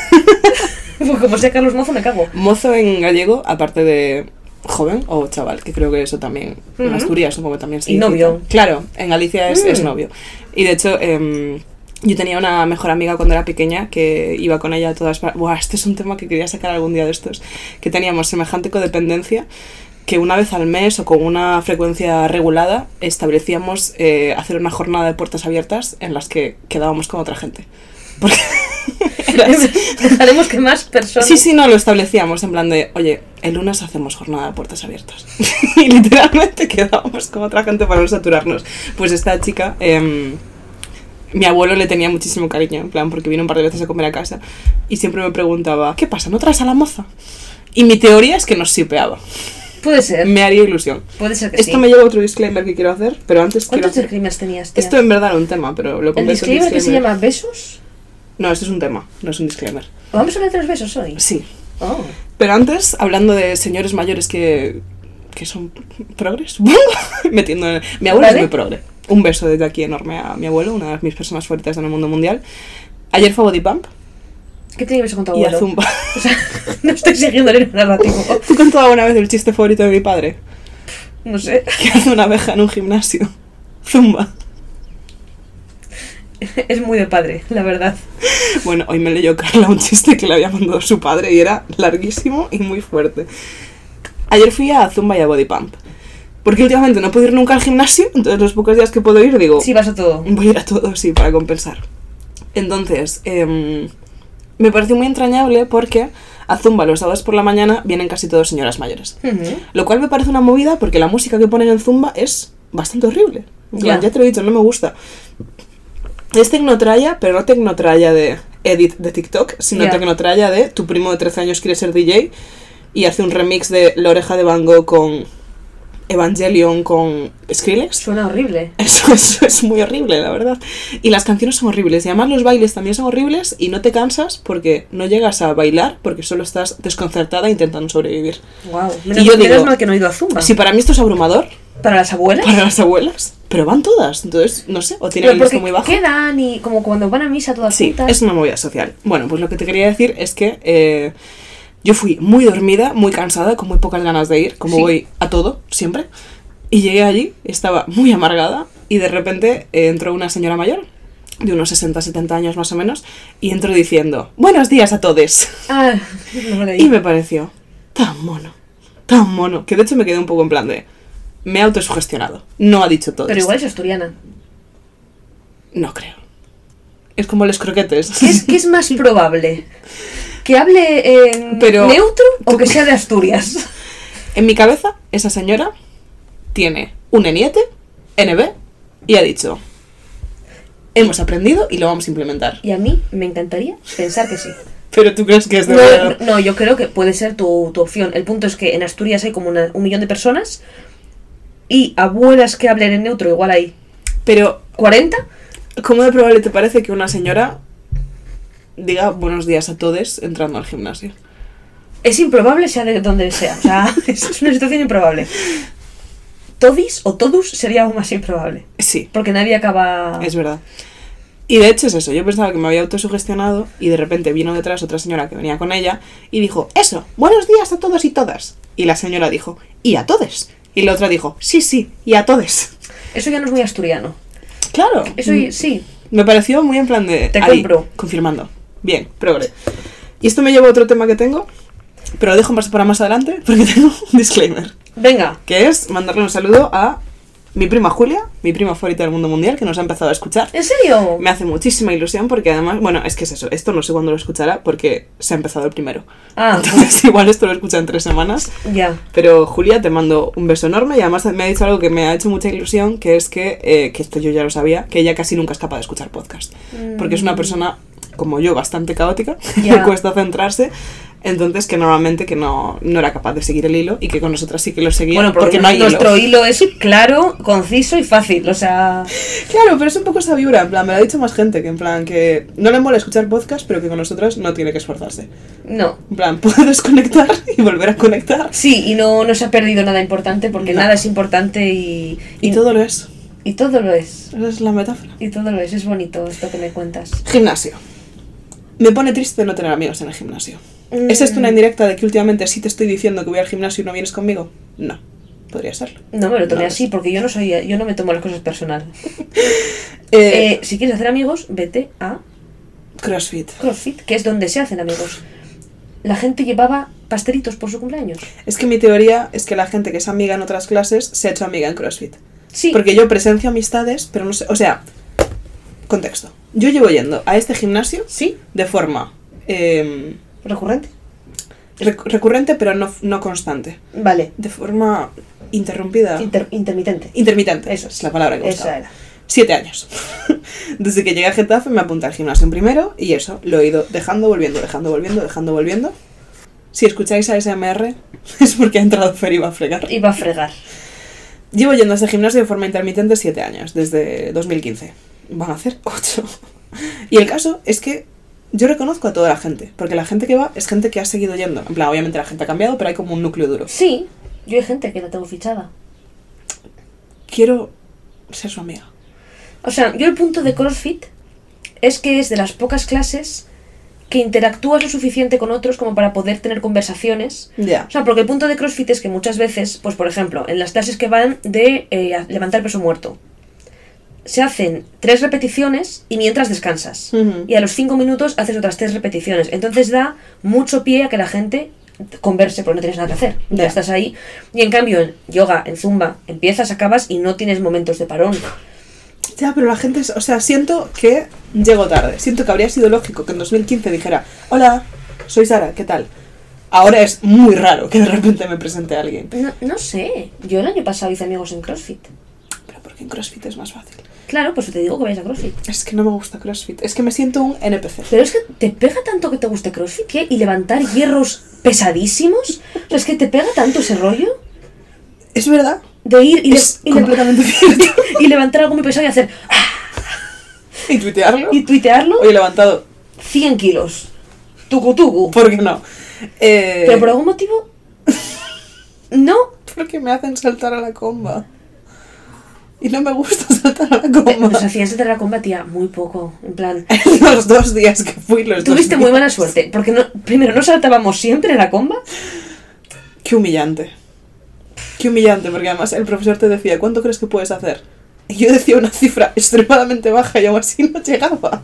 S1: Pues Como sea Carlos Mozo, me cago.
S2: Mozo en gallego, aparte de joven o chaval, que creo que eso también en
S1: Ujú.
S2: Asturias supongo que también se
S1: Y
S2: dice.
S1: novio.
S2: Claro, en Galicia es, es
S1: Mm.
S2: novio. Y de hecho, em, yo tenía una mejor amiga cuando era pequeña que iba con ella a todas partes. Buah, este es un tema que quería sacar algún día de estos. Que teníamos semejante codependencia que una vez al mes o con una frecuencia regulada establecíamos eh, hacer una jornada de puertas abiertas en las que quedábamos con otra gente. Porque era así.
S1: Dejaremos que más personas.
S2: Sí, sí, no, lo establecíamos en plan de, oye, el lunes hacemos jornada de puertas abiertas. y literalmente quedábamos con otra gente para no saturarnos. Pues esta chica, em, mi abuelo le tenía muchísimo cariño, en plan, porque vino un par de veces a comer a casa y siempre me preguntaba, ¿qué pasa? ¿No traes a la moza? Y mi teoría es que nos sipeaba.
S1: Puede ser.
S2: Me haría ilusión.
S1: Puede ser que
S2: Mm. Esto
S1: sí.
S2: me lleva a otro disclaimer que quiero hacer, pero antes quiero
S1: ¿Cuántos
S2: hacer...
S1: disclaimers tenías? tía?
S2: Esto en verdad era un tema, pero lo
S1: el
S2: convierto en
S1: disclaimer que se
S2: disclaimer.
S1: llama besos.
S2: No, esto es un tema, no es un disclaimer.
S1: Vamos a hablar de los besos hoy.
S2: Sí,
S1: Oh.
S2: Pero antes, hablando de señores mayores que, que son progres, supongo, metiendo en- Mi abuelo
S1: Vale.
S2: es muy progre. Un beso desde aquí enorme a mi abuelo, una de mis personas favoritas en el mundo mundial. Ayer fue a Body Pump
S1: ¿Qué tiene beso con tu
S2: y a
S1: abuelo?
S2: Zumba.
S1: O sea, no estoy siguiendo el hilo narrativo.
S2: ¿Tú contado alguna vez el chiste favorito de mi padre?
S1: No sé.
S2: Que hace una abeja en un gimnasio. Zumba.
S1: Es muy de padre, la verdad.
S2: Bueno, hoy me leyó Carla un chiste que le había mandado su padre y era larguísimo y muy fuerte. Ayer fui a Zumba y a Body Pump. Porque últimamente no puedo ir nunca al gimnasio, entonces los pocos días que puedo ir digo,
S1: Sí, vas a todo.
S2: Voy a ir a todo, sí, para compensar. Entonces, em, me pareció muy entrañable porque a Zumba los sábados por la mañana vienen casi todas señoras mayores.
S1: Ujú.
S2: Lo cual me parece una movida porque la música que ponen en Zumba es bastante horrible. En plan,
S1: Ya.
S2: Ya te lo he dicho, no me gusta. Es tecnotraya, pero no tecnotraya de edit de TikTok, sino
S1: Ya.
S2: tecnotraya de tu primo de 13 años quiere ser DJ y hace un remix de La oreja de Van Gogh con Evangelion con Skrillex.
S1: Suena horrible.
S2: Eso, eso es muy horrible, la verdad. Y las canciones son horribles. Y además los bailes también son horribles y no te cansas porque no llegas a bailar porque solo estás desconcertada intentando sobrevivir.
S1: Wow. Menos,
S2: Y yo
S1: menos
S2: digo-
S1: mal que no he ido a Zumba.
S2: Si para mí esto es abrumador,
S1: Para las abuelas.
S2: para las abuelas, pero van todas. Entonces, no sé, o tienen el
S1: Pero
S2: disco
S1: porque
S2: muy bajo.
S1: quedan y como cuando van a misa todas
S2: Sí,
S1: juntas.
S2: es una movida social. Bueno, pues lo que te quería decir es que eh, yo fui muy dormida, muy cansada, con muy pocas ganas de ir, como
S1: Sí.
S2: voy a todo, siempre. Y llegué allí, estaba muy amargada y de repente eh, entró una señora mayor, de unos 60, 70 años más o menos, y entró diciendo, buenos días a todos.
S1: Ah, no me lo
S2: Y
S1: digo.
S2: me pareció tan mono, tan mono, que de hecho me quedé un poco en plan de, me he autosugestionado, no ha dicho todo.
S1: Pero
S2: esto.
S1: igual es asturiana.
S2: No creo. Es como los croquetes.
S1: ¿Qué es, qué es más probable? ¿Que hable en
S2: Pero-
S1: neutro o que sea de Asturias?
S2: En mi cabeza, esa señora tiene un eniete, NB, y ha dicho, hemos aprendido y lo vamos a implementar.
S1: Y a mí me encantaría pensar que sí.
S2: Pero tú crees que es de
S1: No,
S2: verdad?
S1: no, yo creo que puede ser tu, tu opción. El punto es que en Asturias hay como una- un millón de personas y abuelas que hablen en neutro, igual hay
S2: Pero,
S1: 40.
S2: ¿cómo de probable te parece que una señora diga buenos días a todos entrando al gimnasio?
S1: Es improbable sea de donde sea. O sea, es una situación improbable. Todis o todos sería aún más improbable.
S2: Sí,
S1: Porque nadie acaba...
S2: es verdad. Y de hecho es eso, yo pensaba que me había autosugestionado y de repente vino detrás otra señora que venía con ella y dijo, eso, buenos días a todos y todas. Y la señora dijo, y a todos. Y la otra dijo, sí, sí, y a todos.
S1: Eso ya no es muy asturiano.
S2: Claro.
S1: Eso y- sí.
S2: Me pareció muy en plan de...
S1: Te
S2: ahí,
S1: compro.
S2: Confirmando. Bien, progre. Y esto me lleva a otro tema que tengo, pero lo dejo más para más adelante porque tengo un disclaimer.
S1: Venga.
S2: Que es mandarle un saludo a mi prima Julia, mi prima favorita del mundo mundial, que nos ha empezado a escuchar.
S1: ¿En serio?
S2: Me hace muchísima ilusión porque además, bueno, es que es eso, esto no sé cuándo lo escuchará porque se ha empezado el primero.
S1: Ah,
S2: Entonces igual esto lo escucha en tres semanas.
S1: ya.
S2: Pero Julia, te mando un beso enorme y además me ha dicho algo que me ha hecho mucha ilusión, que es que, eh, que esto yo ya lo sabía, que ella casi nunca es capaz de escuchar podcast. Porque es una persona, como yo, bastante caótica,
S1: Ya.
S2: le cuesta centrarse. Entonces que normalmente que no, no era capaz de seguir el hilo y que con nosotras sí que lo seguía
S1: Bueno,
S2: porque no hay
S1: nuestro
S2: hilo.
S1: hilo. es claro, conciso y fácil. O sea,
S2: Claro, pero es un poco esa vibra, en plan, me lo ha dicho más gente, que en plan que no le mola escuchar podcast, pero que con nosotras no tiene que esforzarse.
S1: no.
S2: En plan, puedo desconectar y volver a conectar.
S1: Sí, y no, no se ha perdido nada importante porque
S2: No.
S1: nada es importante y,
S2: Y todo lo es.
S1: y todo lo es.
S2: Esa es la metáfora.
S1: Y todo lo es. Es bonito esto que me cuentas.
S2: Gimnasio. Me pone triste no tener amigos en el gimnasio.
S1: Mm.
S2: ¿Es esto una indirecta de que últimamente sí te estoy diciendo que voy al gimnasio y no vienes conmigo? No, podría serlo.
S1: No me lo tomé
S2: No.
S1: así porque yo no soy, yo no me tomo las cosas personal.
S2: Eh,
S1: Eh, si quieres hacer amigos, vete a
S2: CrossFit.
S1: CrossFit, que es donde se hacen amigos. La gente llevaba pastelitos por su cumpleaños.
S2: Es que mi teoría es que la gente que es amiga en otras clases se ha hecho amiga en CrossFit.
S1: Sí.
S2: Porque yo presencio amistades, pero no sé. O sea, contexto. Yo llevo yendo a este gimnasio
S1: Sí.
S2: de forma em,
S1: Recurrente.
S2: rec- recurrente, pero no, no constante.
S1: Vale.
S2: De forma interrumpida.
S1: Inter- intermitente.
S2: intermitente.
S1: Eso.
S2: Esa es la palabra que buscaba.
S1: Esa era.
S2: Siete años. Desde que llegué a Getafe me apunté al gimnasio en primero y eso, lo he ido dejando, volviendo, dejando, volviendo, dejando, volviendo. Si escucháis a SMR es porque ha entrado Fer y va a fregar.
S1: Iba a fregar.
S2: Llevo yendo a este gimnasio de forma intermitente siete años, desde 2015. Van a hacer ocho. Y el caso es que yo reconozco a toda la gente, porque la gente que va es gente que ha seguido yendo. En plan, obviamente la gente ha cambiado, pero hay como un núcleo duro.
S1: Sí. Yo hay gente que la tengo fichada.
S2: Quiero ser su amiga.
S1: O sea, yo el punto de CrossFit es que es de las pocas clases que interactúas lo suficiente con otros como para poder tener conversaciones
S2: Ya.
S1: O sea, porque el punto de CrossFit es que muchas veces, pues por ejemplo, en las clases que van de eh, a- levantar peso muerto, se hacen tres repeticiones y mientras descansas.
S2: Ujú.
S1: Y a los cinco minutos haces otras tres repeticiones. Entonces da mucho pie a que la gente converse porque no tienes nada que hacer. Ya
S2: Ya.
S1: estás ahí. Y en cambio, en yoga, en zumba, empiezas, acabas y no tienes momentos de parón.
S2: Ya, pero la gente, es- o sea, siento que llego tarde. Siento que habría sido lógico que en 2015 dijera, hola, soy Sara, ¿qué tal? Ahora es muy raro que de repente me presente a alguien.
S1: No, no sé. Yo el año pasado hice amigos en CrossFit.
S2: Pero porque en CrossFit es más fácil.
S1: Claro, pues te digo que vayas a CrossFit.
S2: Es que no me gusta CrossFit. Es que me siento un NPC.
S1: Pero es que te pega tanto que te guste CrossFit ¿qué? y levantar hierros pesadísimos. O sea, es que te pega tanto ese rollo
S2: Es verdad.
S1: de ir y, le-
S2: es
S1: y le-
S2: completamente cierto.
S1: y levantar algo muy pesado y hacer ¡ah!
S2: y tuitearlo.
S1: y tuitearlo
S2: Hoy he levantado.
S1: 100 kilos. Tucu tucu.
S2: ¿Por qué no? Eh,
S1: Pero por algún motivo. No.
S2: Porque me hacen saltar a la comba. Y no me gusta saltar a la
S1: Eh,
S2: comba.
S1: Nos hacían saltar la combatía muy poco. En plan.
S2: los dos días que fui, los dos
S1: Tuviste muy
S2: días.
S1: mala suerte. Porque no, primero no saltábamos siempre en la comba.
S2: Qué humillante. Qué humillante, porque además el profesor te decía, ¿cuánto crees que puedes hacer? Y yo decía una cifra extremadamente baja y aún así no llegaba.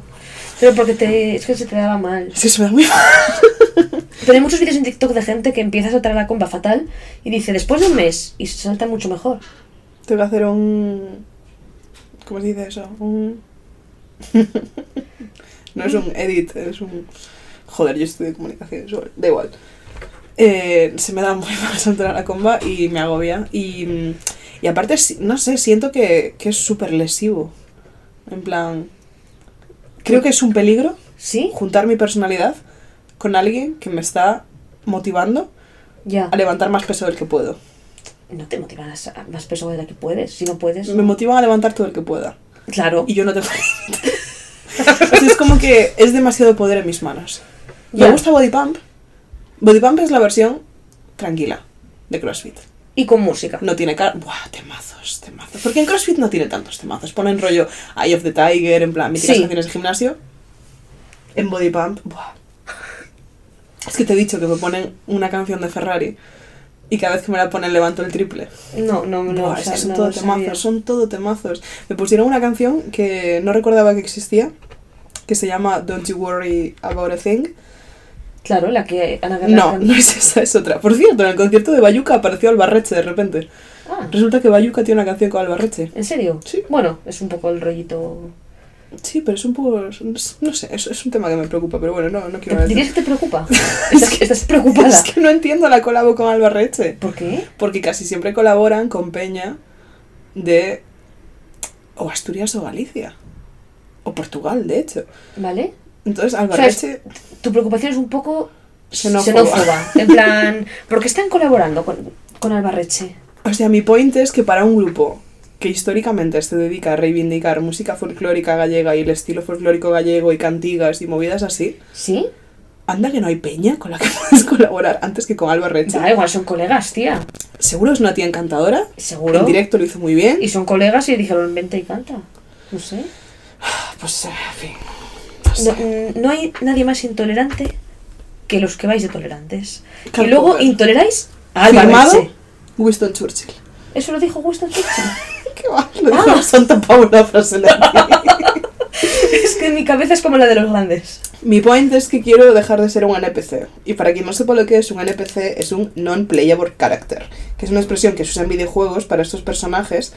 S1: Pero porque te, es que se te daba mal.
S2: Sí, se me da muy mal.
S1: Pero hay muchos vídeos en TikTok de gente que empieza a soltar la comba fatal y dice después de un mes y se salta mucho mejor.
S2: Tengo que hacer un... ¿Cómo se dice eso? Un... no es un edit, es un... Joder, yo estudio comunicaciones, bueno, da igual. Eh, se me da muy mal saltar a la comba y me agobia. Y, y aparte, si- no sé, siento que, que es súper lesivo. En plan... Creo que es un peligro
S1: ¿Sí?
S2: juntar mi personalidad con alguien que me está motivando
S1: Ya.
S2: a levantar más peso del que puedo.
S1: No te motivas a más peso de la que puedes. Si no puedes.
S2: Me motivan a levantar todo el que pueda.
S1: Claro.
S2: Y yo no tengo límite. O sea, es como que es demasiado poder en mis manos.
S1: Ya.
S2: Me gusta Body Pump. Body Pump es la versión tranquila de CrossFit.
S1: Y con música.
S2: No tiene cara. Buah, temazos, temazos. Porque en CrossFit no tiene tantos temazos. Ponen rollo Eye of the Tiger, en plan, míticas
S1: Sí.
S2: canciones de gimnasio. En Body Pump, buah. Es que te he dicho que me ponen una canción de Ferrari y cada vez que me la ponen levanto el triple.
S1: No, no, no.
S2: Buah,
S1: o
S2: es
S1: sea,
S2: que son
S1: no
S2: todo
S1: lo sabía.
S2: temazos, son todo temazos. Me pusieron una canción que no recordaba que existía, que se llama Don't You Worry About a Thing.
S1: Claro, la que Ana Guerra
S2: No,
S1: canta.
S2: no es esa, es otra. Por cierto, en el concierto de Bayuca apareció Albarreche de repente.
S1: Ah,
S2: Resulta que Bayuca tiene una canción con Albarreche.
S1: ¿En serio?
S2: Sí.
S1: Bueno, es un poco el rollito.
S2: Sí, pero es un poco... No sé, es, es un tema que me preocupa, pero bueno, no, no quiero...
S1: ¿Dirías que te preocupa? estás, estás preocupada.
S2: Es que no entiendo la colabo con Albarreche.
S1: ¿Por qué?
S2: Porque casi siempre colaboran con Peña de... O Asturias o Galicia. O Portugal, de hecho.
S1: ¿Vale?
S2: Entonces,
S1: O sea, es-
S2: Albarreche...
S1: tu preocupación es un poco
S2: Xenófoba.
S1: xenófoba. En plan, ¿por qué están colaborando con, con Albarreche?
S2: O sea, mi point es que para un grupo que históricamente se dedica a reivindicar música folclórica gallega y el estilo folclórico gallego y cantigas y movidas así,
S1: ¿Sí?
S2: anda que no hay peña con la que puedes colaborar antes que con Alba Recha.
S1: Da igual, son colegas, tía.
S2: Seguro es una tía encantadora.
S1: Seguro.
S2: En directo lo hizo muy bien.
S1: Y son colegas y dijeron, vente y canta. No sé.
S2: Ah, Pues, eh, en fin.
S1: No, mm, no hay nadie más intolerante que los que vais de tolerantes.
S2: Karl
S1: y luego
S2: Popper.
S1: intoleráis a
S2: Firmado
S1: Albarreche.
S2: Winston Churchill.
S1: Eso lo dijo Winston Churchill.
S2: ¿Qué va? Lo dijo
S1: Ah,
S2: Santa Paula frase latina.
S1: es que en mi cabeza es como la de los grandes.
S2: Mi point es que quiero dejar de ser un NPC. Y para quien no sepa lo que es un NPC, es un non-playable character, que es una expresión que se usa en videojuegos para estos personajes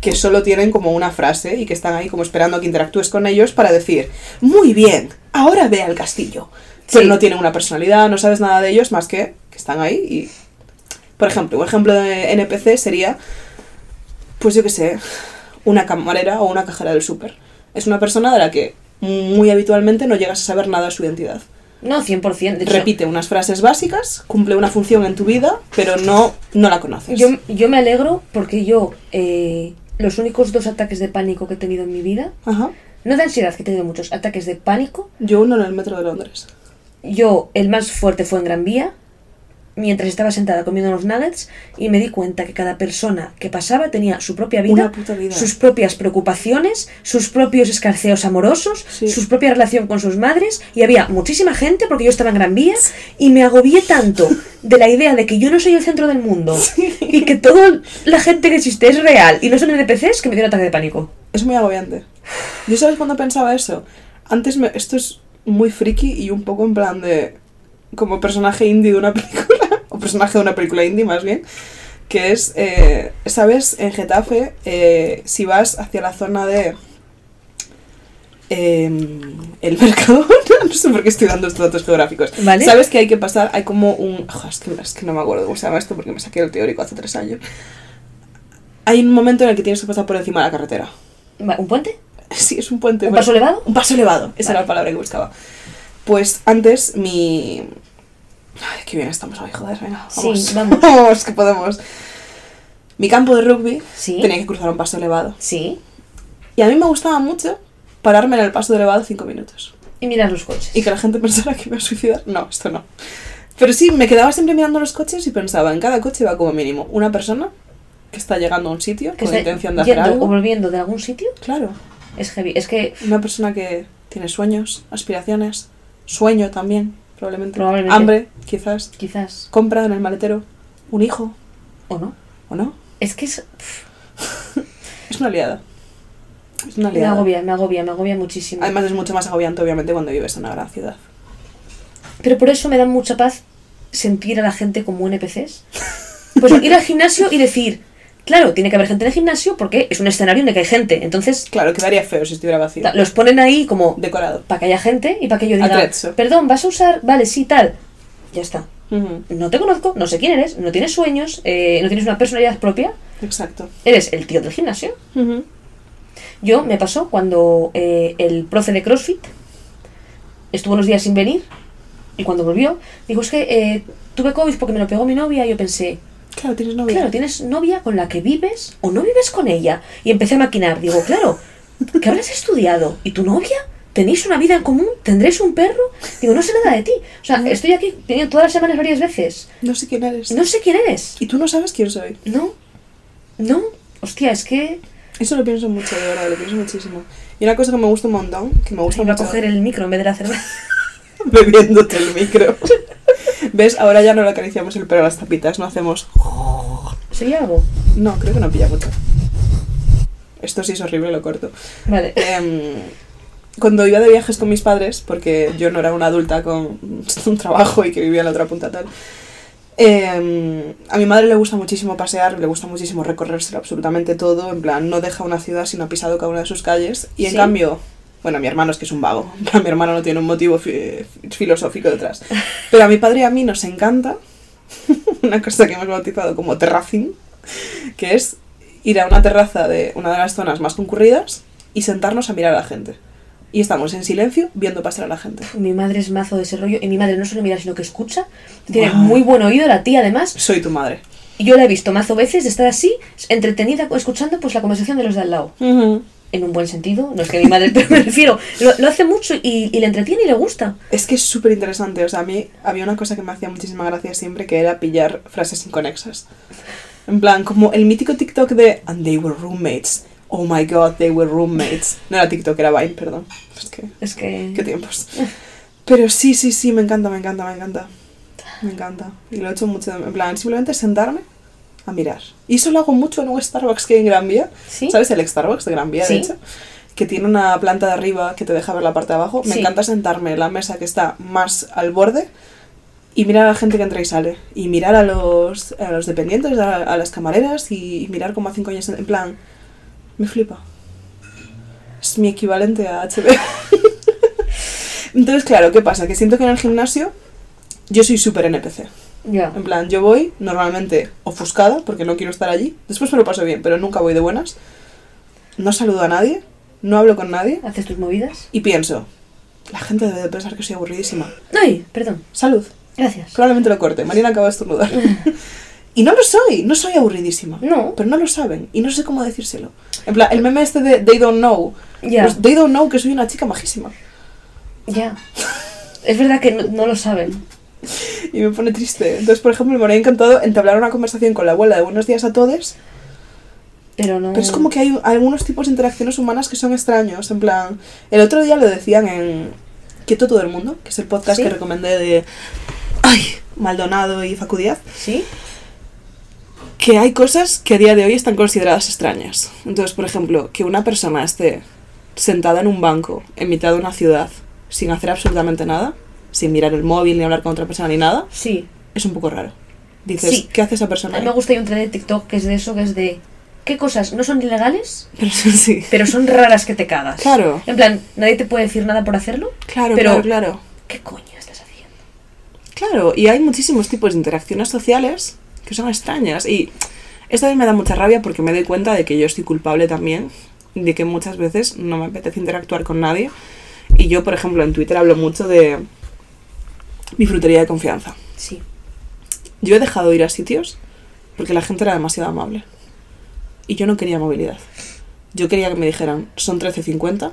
S2: que solo tienen como una frase y que están ahí como esperando a que interactúes con ellos para decir, muy bien, ahora ve al castillo. Pero
S1: Sí.
S2: no tienen una personalidad, no sabes nada de ellos más que que están ahí y... Por ejemplo, un ejemplo de NPC sería, pues yo qué sé, una camarera o una cajera del súper. Es una persona de la que muy habitualmente no llegas a saber nada de su identidad.
S1: No, 100%. De hecho,
S2: Repite unas frases básicas, cumple una función en tu vida, pero no, no la conoces.
S1: Yo, yo me alegro porque yo, eh, los únicos dos ataques de pánico que he tenido en mi vida,
S2: Ajá.
S1: no de ansiedad, que he tenido muchos, ataques de pánico.
S2: Yo uno en el metro de Londres.
S1: Yo, el más fuerte fue en Gran Vía, mientras estaba sentada comiendo unos nuggets, y me di cuenta que cada persona que pasaba tenía su propia vida,
S2: Una puta vida.
S1: sus propias preocupaciones, sus propios escarceos amorosos,
S2: Sí.
S1: su propia relación con sus madres, y había muchísima gente porque yo estaba en Gran Vía, y me agobié tanto de la idea de que yo no soy el centro del mundo, y que toda la gente que existe es real, y no son NPCs, que me dio un ataque de pánico.
S2: Es muy agobiante. ¿Yo sabes cuándo pensaba eso? Antes me- esto es muy friki y un poco en plan de... como personaje indie de una película, o personaje de una película indie más bien, que es, eh, ¿sabes? En Getafe, eh, si vas hacia la zona de... eh, el Mercadona, no sé por qué estoy dando estos datos geográficos.
S1: Vale.
S2: ¿Sabes que hay que pasar? Hay como un... jo, es, que, es que no me acuerdo cómo se llama esto porque me saqué el teórico hace tres años. Hay un momento en el que tienes que pasar por encima de la carretera.
S1: Va, ¿Un puente?
S2: Sí, es un puente.
S1: ¿Un
S2: pero-
S1: paso elevado?
S2: Un paso elevado, esa era
S1: Vale.
S2: la palabra que buscaba. Pues antes mi... Ay, qué bien estamos hoy, joder, venga,
S1: Sí,
S2: vamos.
S1: vamos.
S2: que podemos. Mi campo de rugby
S1: Sí.
S2: tenía que cruzar un paso elevado.
S1: Sí.
S2: Y a mí me gustaba mucho pararme en el paso elevado cinco minutos.
S1: Y mirar los coches.
S2: Y que la gente pensara que me iba a suicidar. No, esto no. Pero sí, me quedaba siempre mirando los coches y pensaba, en cada coche va como mínimo una persona que está llegando a un sitio
S1: Que
S2: con
S1: está
S2: intención de hacer
S1: yendo o
S2: algo.
S1: volviendo de algún sitio
S2: Claro.
S1: es heavy. Es que
S2: Una persona que tiene sueños, aspiraciones, sueño también, probablemente.
S1: Probablemente.
S2: Hambre, quizás.
S1: quizás
S2: Compra en el maletero. Un hijo,
S1: o no.
S2: ¿o no?
S1: Es que es pff,
S2: Es una liada. Es una
S1: Me
S2: liada.
S1: agobia, me agobia, me agobia muchísimo.
S2: Además es mucho más agobiante, obviamente, cuando vives en una gran ciudad.
S1: Pero por eso me da mucha paz sentir a la gente como NPCs. Pues ir al gimnasio y decir, claro, tiene que haber gente en el gimnasio porque es un escenario en el que hay gente. Entonces,
S2: Claro, quedaría feo si estuviera vacío.
S1: ta- los ponen ahí como
S2: Decorado.
S1: para que haya gente y para que yo diga,
S2: Attrezzo.
S1: perdón, vas a usar, vale, sí, tal. Ya está.
S2: Ujú,
S1: No te conozco, no sé quién eres, no tienes sueños, eh, no tienes una personalidad propia,
S2: Exacto.
S1: eres el tío del gimnasio. Yo me pasó cuando eh, el profe de CrossFit estuvo unos días sin venir y cuando volvió, dijo, es que eh, tuve COVID porque me lo pegó mi novia y yo pensé,
S2: Claro, tienes novia.
S1: claro, tienes novia con la que vives o no vives con ella. Y empecé a maquinar, digo, claro, ¿qué habrás estudiado? ¿Y tu novia? ¿Tenéis una vida en común? ¿Tendréis un perro? Digo, no sé nada de ti. O
S2: Mm.
S1: sea, estoy aquí teniendo todas las semanas varias veces.
S2: No sé quién eres.
S1: No sé quién eres.
S2: Y tú no sabes quién soy.
S1: No, no, hostia, es que...
S2: Eso lo pienso mucho, de verdad, lo pienso muchísimo. Y una cosa que me gusta un montón, que me gusta
S1: Iba a
S2: mucho...
S1: coger el micro en vez de la cerveza.
S2: bebiéndote el micro. ¿Ves? Ahora ya no le acariciamos el pelo a las tapitas, no hacemos...
S1: ¿Sería algo?
S2: No, creo que no pilla mucho. Esto sí es horrible, lo corto.
S1: Vale.
S2: Em, cuando iba de viajes con mis padres, porque yo no era una adulta con un trabajo y que vivía en la otra punta tal, em, a mi madre le gusta muchísimo pasear, le gusta muchísimo recorrerse absolutamente todo, en plan, no deja una ciudad si no ha pisado cada una de sus calles, y en
S1: Sí.
S2: cambio, bueno, mi hermano es que es un vago, en plan, mi hermano no tiene un motivo fi- filosófico detrás, pero a mi padre y a mí nos encanta una cosa que hemos bautizado como terracing, que es ir a una terraza de una de las zonas más concurridas y sentarnos a mirar a la gente. Y estamos en silencio viendo pasar a la gente.
S1: Mi madre es mazo de ese rollo y mi madre no solo mira sino que escucha. Tiene
S2: Guau.
S1: muy buen oído la tía además.
S2: Soy tu madre.
S1: Y yo la he visto mazo veces de estar así, entretenida escuchando pues la conversación de los de al lado. En un buen sentido, no es que mi madre, pero me refiero, lo, lo hace mucho y, y le entretiene y le gusta.
S2: Es que es súper interesante. O sea, a mí había una cosa que me hacía muchísima gracia siempre, que era pillar frases inconexas. En plan, como el mítico TikTok de And they were roommates. Oh my god, they were roommates. No era TikTok, era Vine, perdón. Es que
S1: Es que...
S2: Qué tiempos. Pero sí, sí, sí, me encanta, me encanta, me encanta. Me encanta. Y lo he hecho mucho. En plan, simplemente sentarme a mirar. Y eso lo hago mucho en un Starbucks que hay en Gran Vía.
S1: ¿Sí?
S2: ¿Sabes? El Starbucks de Gran Vía,
S1: Sí.
S2: de hecho. Que tiene una planta de arriba que te deja ver la parte de abajo. Me
S1: Sí.
S2: encanta sentarme en la mesa que está más al borde y mirar a la gente que entra y sale. Y mirar a los, a los dependientes, a, a las camareras y, y mirar cómo hacen coñas. En plan, me flipa. Es mi equivalente a HB. Entonces, claro, ¿qué pasa? Que siento que en el gimnasio yo soy súper NPC.
S1: Ya.
S2: En plan, yo voy normalmente ofuscada porque no quiero estar allí. Después me lo paso bien, pero nunca voy de buenas. No saludo a nadie, no hablo con nadie
S1: ¿Haces tus movidas?
S2: y pienso, la gente debe de pensar que soy aburridísima.
S1: Ay, perdón.
S2: Salud.
S1: Gracias.
S2: Probablemente lo corte. Marina acaba de estornudar. y no lo soy, no soy aburridísima.
S1: No.
S2: Pero no lo saben y no sé cómo decírselo. En plan, el meme este de They Don't Know.
S1: Ya.
S2: Pues they Don't Know que soy una chica majísima.
S1: Ya. Es verdad que no, no lo saben.
S2: Y me pone triste. Entonces, por ejemplo, me habría encantado entablar una conversación con la abuela de Buenos Días a Todos.
S1: Pero no...
S2: Pero es como que hay algunos tipos de interacciones humanas que son extraños. En plan, el otro día lo decían en Quieto Todo el Mundo, que es el podcast
S1: Sí.
S2: que recomendé de. Ay, Maldonado y Facudidad.
S1: ¿Sí?
S2: que hay cosas que a día de hoy están consideradas extrañas. Entonces, por ejemplo, que una persona esté sentada en un banco en mitad de una ciudad sin hacer absolutamente nada, sin mirar el móvil ni hablar con otra persona ni nada,
S1: Sí.
S2: es un poco raro. Dices,
S1: Sí.
S2: ¿qué hace esa
S1: A
S2: persona?
S1: mí
S2: ahí?
S1: me gusta hay un tren de TikTok que es de eso, que es de... ¿Qué cosas no son ilegales?
S2: Pero sí, sí.
S1: pero son raras que te cagas.
S2: Claro.
S1: En plan, nadie te puede decir nada por hacerlo.
S2: Claro,
S1: pero
S2: claro, claro.
S1: ¿qué coño estás haciendo?
S2: Claro, y hay muchísimos tipos de interacciones sociales que son extrañas. Y esto a mí me da mucha rabia porque me doy cuenta de que yo estoy culpable también, de que muchas veces no me apetece interactuar con nadie. Y yo, por ejemplo, en Twitter hablo mucho de mi frutería de confianza.
S1: Sí.
S2: Yo he dejado de ir a sitios porque la gente era demasiado amable. Y yo no quería movilidad. Yo quería que me dijeran, son 13.50,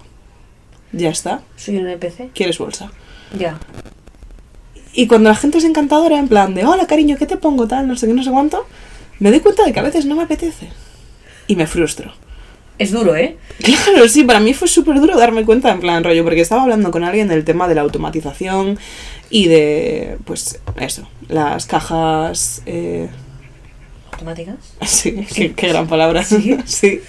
S2: ya está,
S1: Soy un NPC.
S2: quieres bolsa.
S1: Ya.
S2: Y cuando la gente es encantadora, en plan de, hola cariño, ¿qué te pongo? Tal, no sé qué, no sé cuánto, me doy cuenta de que a veces no me apetece. Y me frustro.
S1: Es duro, ¿eh?
S2: Claro, sí, para mí fue súper duro darme cuenta, en plan rollo, porque estaba hablando con alguien del tema de la automatización y de, pues, eso, las cajas... eh,
S1: Automáticas.
S2: Sí, qué, qué gran palabra.
S1: Sí.
S2: Sí.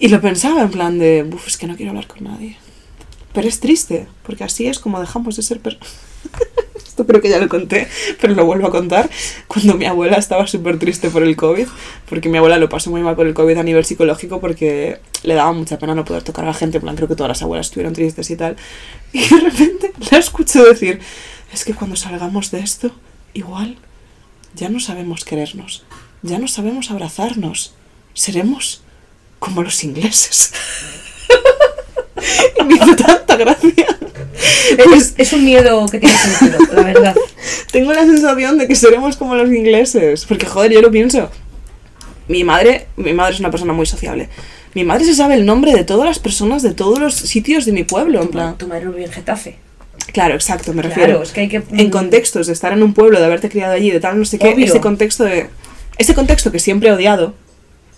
S2: Y lo pensaba en plan de, "Buf, es que no quiero hablar con nadie. Pero es triste, porque así es como dejamos de ser per- Esto creo que ya lo conté, pero lo vuelvo a contar. Cuando mi abuela estaba súper triste por el COVID, porque mi abuela lo pasó muy mal por el COVID a nivel psicológico, porque le daba mucha pena no poder tocar a la gente. En plan, creo que todas las abuelas estuvieron tristes y tal. Y de repente la escucho decir: Es que cuando salgamos de esto, igual ya no sabemos querernos, ya no sabemos abrazarnos, seremos como los ingleses. Y me hizo tanta gracia. Pues
S1: Es, es un miedo que tiene sentido, la verdad.
S2: Tengo la sensación de que seremos como los ingleses, porque joder, yo lo pienso. Mi madre, mi madre es una persona muy sociable. Mi madre se sabe el nombre de todas las personas de todos los sitios de mi pueblo, en plan.
S1: Tu madre no vive en Getafe.
S2: Claro, exacto, me
S1: Claro,
S2: refiero.
S1: es que hay que-
S2: En contextos de estar en un pueblo, de haberte criado allí, de tal, no sé qué,
S1: Mm. Obvio.
S2: ese contexto de. Ese contexto que siempre he odiado,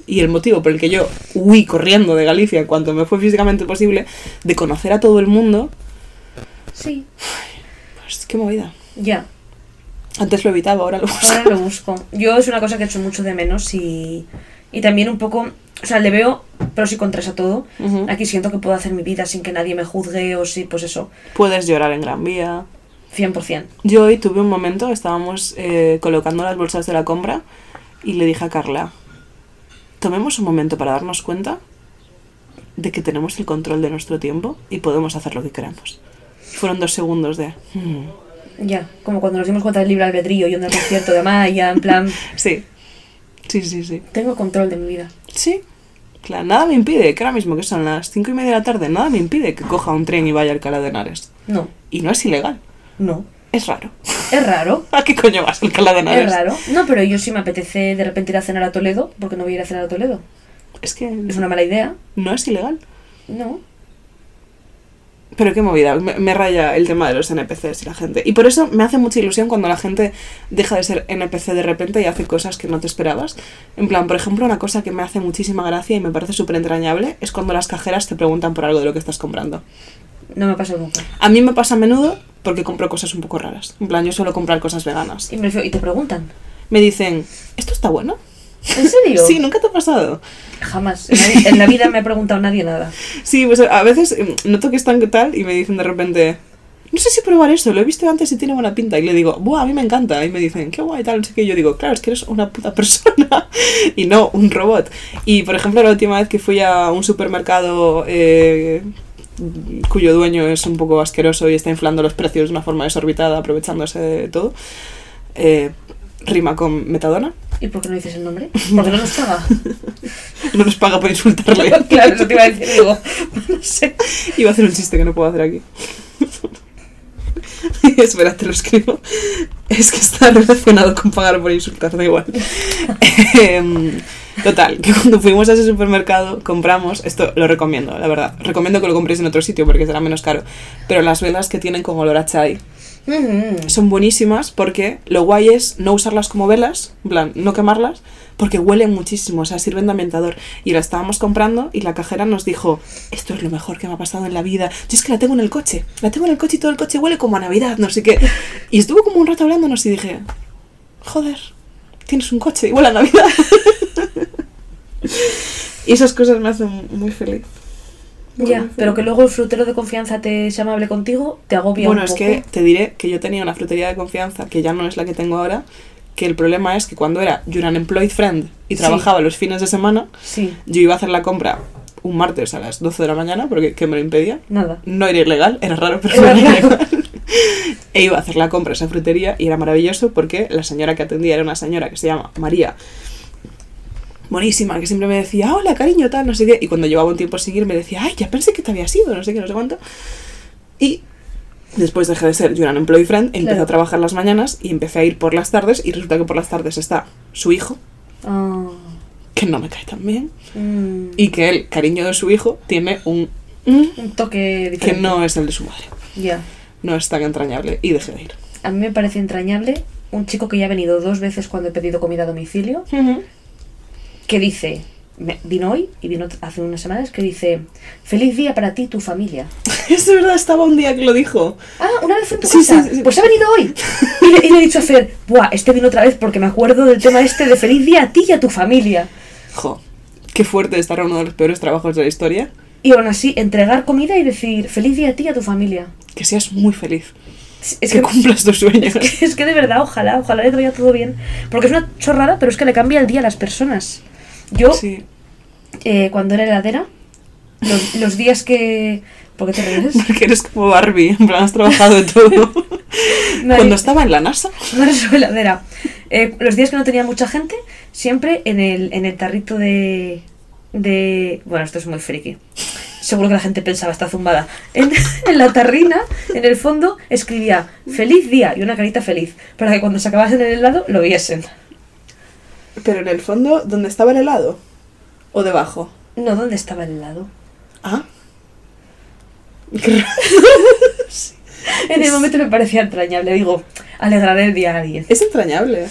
S2: y el motivo por el que yo huí corriendo de Galicia en cuanto me fue físicamente posible, de conocer a todo el mundo,
S1: Sí.
S2: pues qué movida.
S1: Ya.
S2: Antes lo evitaba, ahora lo busco.
S1: Ahora lo busco. Yo es una cosa que echo mucho de menos y, y también un poco, o sea, le veo pros y contras a todo.
S2: Ujú.
S1: Aquí siento que puedo hacer mi vida sin que nadie me juzgue o si, pues eso,
S2: Puedes llorar en Gran Vía.
S1: 100%.
S2: Yo hoy tuve un momento, estábamos eh, colocando las bolsas de la compra y le dije a Carla, tomemos un momento para darnos cuenta de que tenemos el control de nuestro tiempo y podemos hacer lo que queramos. Fueron dos segundos de... "Hmm".
S1: Ya, como cuando nos dimos cuenta del libre albedrío y en el concierto de Maya, en plan,
S2: Sí, sí, sí, sí.
S1: tengo control de mi vida.
S2: Sí. Claro, nada me impide que ahora mismo que son las cinco y media de la tarde, nada me impide que coja un tren y vaya al Cala de Henares.
S1: No,
S2: Y no es ilegal,
S1: no.
S2: es raro.
S1: Es raro.
S2: ¿A qué coño vas al Cala de Henares?
S1: Es raro. No, pero yo sí me apetece de repente ir a cenar a Toledo, porque no voy a ir a cenar a Toledo.
S2: Es que
S1: Es una mala idea.
S2: no es ilegal.
S1: No.
S2: Pero qué movida, me, me raya el tema de los NPCs y la gente. Y por eso me hace mucha ilusión cuando la gente deja de ser NPC de repente y hace cosas que no te esperabas. En plan, por ejemplo, una cosa que me hace muchísima gracia y me parece súper entrañable es cuando las cajeras te preguntan por algo de lo que estás comprando.
S1: No me ha pasado nunca.
S2: A mí me pasa a menudo porque compro cosas un poco raras. En plan, yo suelo comprar cosas veganas.
S1: Y, me refiero- y te preguntan.
S2: Me dicen, ¿esto está bueno?
S1: ¿En serio?
S2: Sí, nunca te ha pasado.
S1: Jamás. En la, en la vida me ha preguntado nadie nada.
S2: Sí, pues a veces mm, noto que están que tal y me dicen de repente, no sé si probar esto, lo he visto antes y tiene buena pinta. Y le digo, ¡buah, a mí me encanta! Y me dicen, ¡qué guay! Tal, no sé qué. Y yo digo, claro, es que eres una puta persona y no un robot. Y por ejemplo, la última vez que fui a un supermercado. eh, cuyo dueño es un poco asqueroso y está inflando los precios de una forma desorbitada, aprovechándose de todo. eh, rima con metadona.
S1: ¿Y por qué no dices el nombre? Porque no nos paga.
S2: No nos paga por insultarle.
S1: claro, eso te iba a decir. Digo, no sé.
S2: Iba a hacer un chiste que no puedo hacer aquí. Espera, te lo escribo. Es que está relacionado con pagar por insultar, da igual. Em, Total, que cuando fuimos a ese supermercado compramos, esto lo recomiendo, la verdad. Recomiendo que lo compréis en otro sitio porque será menos caro. Pero las velas que tienen con olor a chai
S1: Mm,
S2: son buenísimas porque lo guay es no usarlas como velas, en plan, no quemarlas, porque huelen muchísimo, o sea, sirven de ambientador. Y la estábamos comprando y la cajera nos dijo, esto es lo mejor que me ha pasado en la vida. Yo es que la tengo en el coche, la tengo en el coche y todo el coche huele como a Navidad, no sé qué. Y estuvo como un rato hablándonos y dije, joder, tienes un coche y huele a Navidad. y esas cosas me hacen muy feliz. mm.
S1: Ya, pero que luego el frutero de confianza te sea amable contigo, te agobia
S2: Bueno,
S1: un
S2: es
S1: poco.
S2: que te diré que yo tenía una frutería de confianza, que ya no es la que tengo ahora, que el problema es que cuando era You're an Employed Friend y
S1: Sí.
S2: trabajaba los fines de semana,
S1: Sí,
S2: yo iba a hacer la compra un martes a las 12 de la mañana, porque que me lo impedía.
S1: nada.
S2: No era ilegal, era raro, pero
S1: Era
S2: no era
S1: raro.
S2: ilegal. E iba a hacer la compra a esa frutería y era maravilloso porque la señora que atendía era una señora que se llama María. Buenísima, que siempre me decía, "Ah, hola cariño, tal, no sé qué. Y cuando llevaba un tiempo sin ir me decía, ay, ya pensé que te había sido, no sé qué, no sé cuánto. Y después dejé de ser yo an employee friend, empecé
S1: Claro.
S2: a trabajar las mañanas y empecé a ir por las tardes y resulta que por las tardes está su hijo,
S1: Ah,
S2: que no me cae tan bien,
S1: mm,
S2: y que el cariño de su hijo tiene un... mm,
S1: un toque
S2: que
S1: diferente.
S2: no es el de su madre
S1: Ya.
S2: no es tan entrañable y dejé de ir.
S1: A mí me parece entrañable un chico que ya ha venido dos veces cuando he pedido comida a domicilio, que dice, me- vino hoy y vino hace unas semanas, que dice, feliz día para ti y tu familia.
S2: Es de verdad, estaba un día que lo dijo.
S1: Ah, una vez en tu
S2: Sí,
S1: casa.
S2: sí, sí, sí.
S1: Pues ha venido hoy. Y le, y le he dicho a Fer, buah, este vino otra vez porque me acuerdo del tema este de feliz día a ti y a tu familia.
S2: Jo, Qué fuerte estar en uno de los peores trabajos de la historia.
S1: Y aún así, entregar comida y decir feliz día a ti y a tu familia.
S2: Que seas muy feliz.
S1: Es,
S2: Es
S1: es
S2: que,
S1: que,
S2: cumplas tus sueños.
S1: es que de verdad, ojalá, ojalá les vaya todo bien. Porque es una chorrada, pero es que le cambia el día a las personas. Yo,
S2: Sí.
S1: eh, cuando era heladera, los, los días que... ¿Por qué te ríes?
S2: Porque eres como Barbie, en plan has trabajado de todo.
S1: Nadie-
S2: Cuando estaba en la NASA,
S1: No eres su heladera. Eh, los días que no tenía mucha gente, siempre en el, en el tarrito de, de... Bueno, esto es muy friki. Seguro que la gente pensaba, está zumbada. En, en la tarrina, en el fondo, escribía feliz día y una carita feliz, para que cuando se acabasen el helado lo viesen.
S2: pero en el fondo, ¿dónde estaba el helado? ¿O debajo?
S1: No, ¿dónde estaba el helado?
S2: Ah. Qué raro.
S1: En el momento me parecía entrañable, digo, alegraré el día a alguien.
S2: Es entrañable.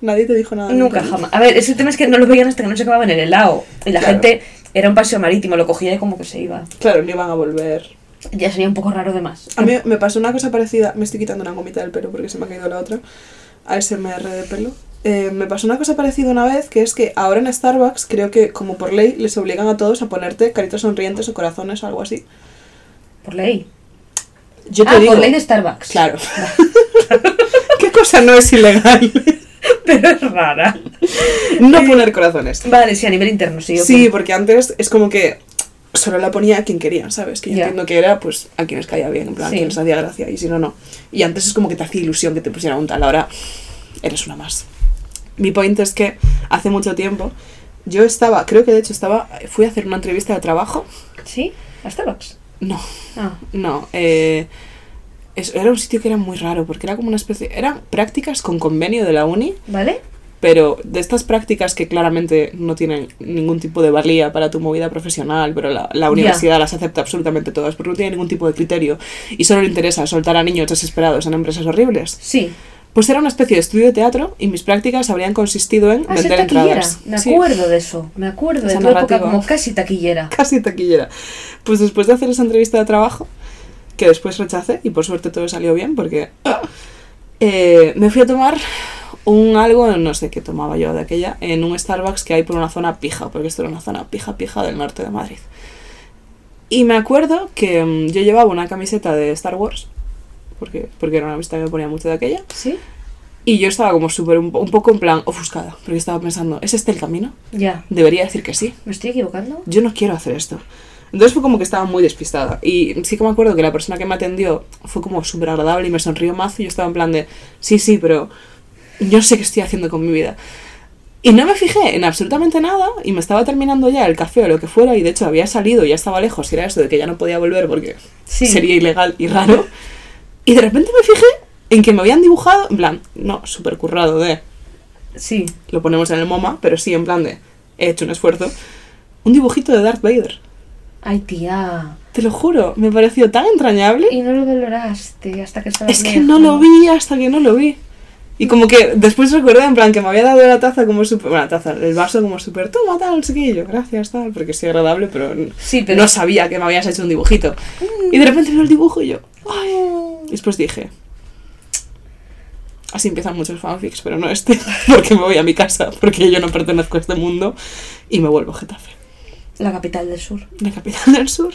S2: Nadie te dijo nada.
S1: Nunca, jamás. A ver, es que el tema es que no lo veían hasta que no se acababan el helado. Y la
S2: Claro.
S1: gente era un paseo marítimo, lo cogía y como que se iba.
S2: Claro, no iban a volver.
S1: Ya sería un poco raro de más.
S2: A mí me pasó una cosa parecida. Me estoy quitando una gomita del pelo porque se me ha caído la otra. ASMR de pelo. Eh, me pasó una cosa parecida una vez que es que ahora en Starbucks creo que como por ley les obligan a todos a ponerte caritas sonrientes o corazones o algo así.
S1: Por ley.
S2: Yo te
S1: ah,
S2: digo,
S1: por ley de Starbucks.
S2: Claro. ¿Qué cosa no es ilegal?
S1: Pero es rara.
S2: no poner corazones.
S1: Vale, sí, a nivel interno, sí. ok.
S2: Sí, porque antes es como que solo la ponía a quien quería, ¿sabes? Que yo
S1: Ya.
S2: entiendo que era pues a quienes caía bien, en plan,
S1: Sí.
S2: a quienes hacía gracia, y si no, no. Y antes es como que te hacía ilusión que te pusieran un tal, ahora eres una más. Mi point es que hace mucho tiempo yo estaba, creo que de hecho estaba, fui a hacer una entrevista de trabajo.
S1: ¿Sí? ¿A Starbucks?
S2: No,
S1: Ah.
S2: no. eh, es- era un sitio que era muy raro, porque era como una especie, eran prácticas con convenio de la uni,
S1: ¿Vale?
S2: pero de estas prácticas que claramente no tienen ningún tipo de valía para tu movida profesional, pero la, la universidad las acepta absolutamente todas porque no tiene ningún tipo de criterio y solo le interesa soltar a niños desesperados en empresas horribles.
S1: Sí.
S2: Pues era una especie de estudio de teatro y mis prácticas habrían consistido en
S1: Ah, ser
S2: vender
S1: taquillera.
S2: entradas.
S1: Me
S2: Sí,
S1: acuerdo de eso. Me acuerdo
S2: Esa
S1: de tu época
S2: narrativa.
S1: como casi taquillera.
S2: casi taquillera. Pues después de hacer esa entrevista de trabajo, que después rechacé y por suerte todo salió bien porque ah, eh, me fui a tomar un algo, no sé qué tomaba yo de aquella, en un Starbucks que hay por una zona pija, porque esto era una zona pija, pija del norte de Madrid. Y me acuerdo que mm, yo llevaba una camiseta de Star Wars, porque, porque era una vista que me ponía mucho de aquella,
S1: ¿Sí?
S2: y yo estaba como súper, un, po- un poco en plan ofuscada, porque estaba pensando, ¿es este el camino?
S1: Ya.
S2: Debería decir que sí,
S1: ¿Me estoy equivocando?
S2: yo no quiero hacer esto. Entonces fue como que estaba muy despistada. Y sí que me acuerdo que la persona que me atendió fue como súper agradable y me sonrió mazo. Y yo estaba en plan de, sí, sí, pero yo sé qué estoy haciendo con mi vida. Y no me fijé en absolutamente nada y me estaba terminando ya el café o lo que fuera. Y de hecho había salido, ya estaba lejos. Y era eso de que ya no podía volver porque
S1: Sí.
S2: sería ilegal y raro. Y de repente me fijé en que me habían dibujado, en plan, no, súper currado de
S1: Sí.
S2: lo ponemos en el MoMA, pero sí en plan de he hecho un esfuerzo, un dibujito de Darth Vader.
S1: Ay, tía.
S2: Te lo juro, me pareció tan entrañable.
S1: Y no lo valoraste hasta que estaba
S2: Es que no lo vi hasta que no lo vi. Y como que después recuerdo en plan que me había dado la taza como súper, bueno, la taza, el vaso como súper, toma tal, no sé qué", y yo, gracias tal, porque soy agradable, pero, n-
S1: Sí, pero-
S2: no sabía que me habías hecho un dibujito. Y de repente veo el dibujo y yo, "Ay". Y después dije, así empiezan muchos fanfics, pero no este, porque me voy a mi casa, porque yo no pertenezco a este mundo, y me vuelvo a Getafe.
S1: La capital del sur.
S2: La capital del sur.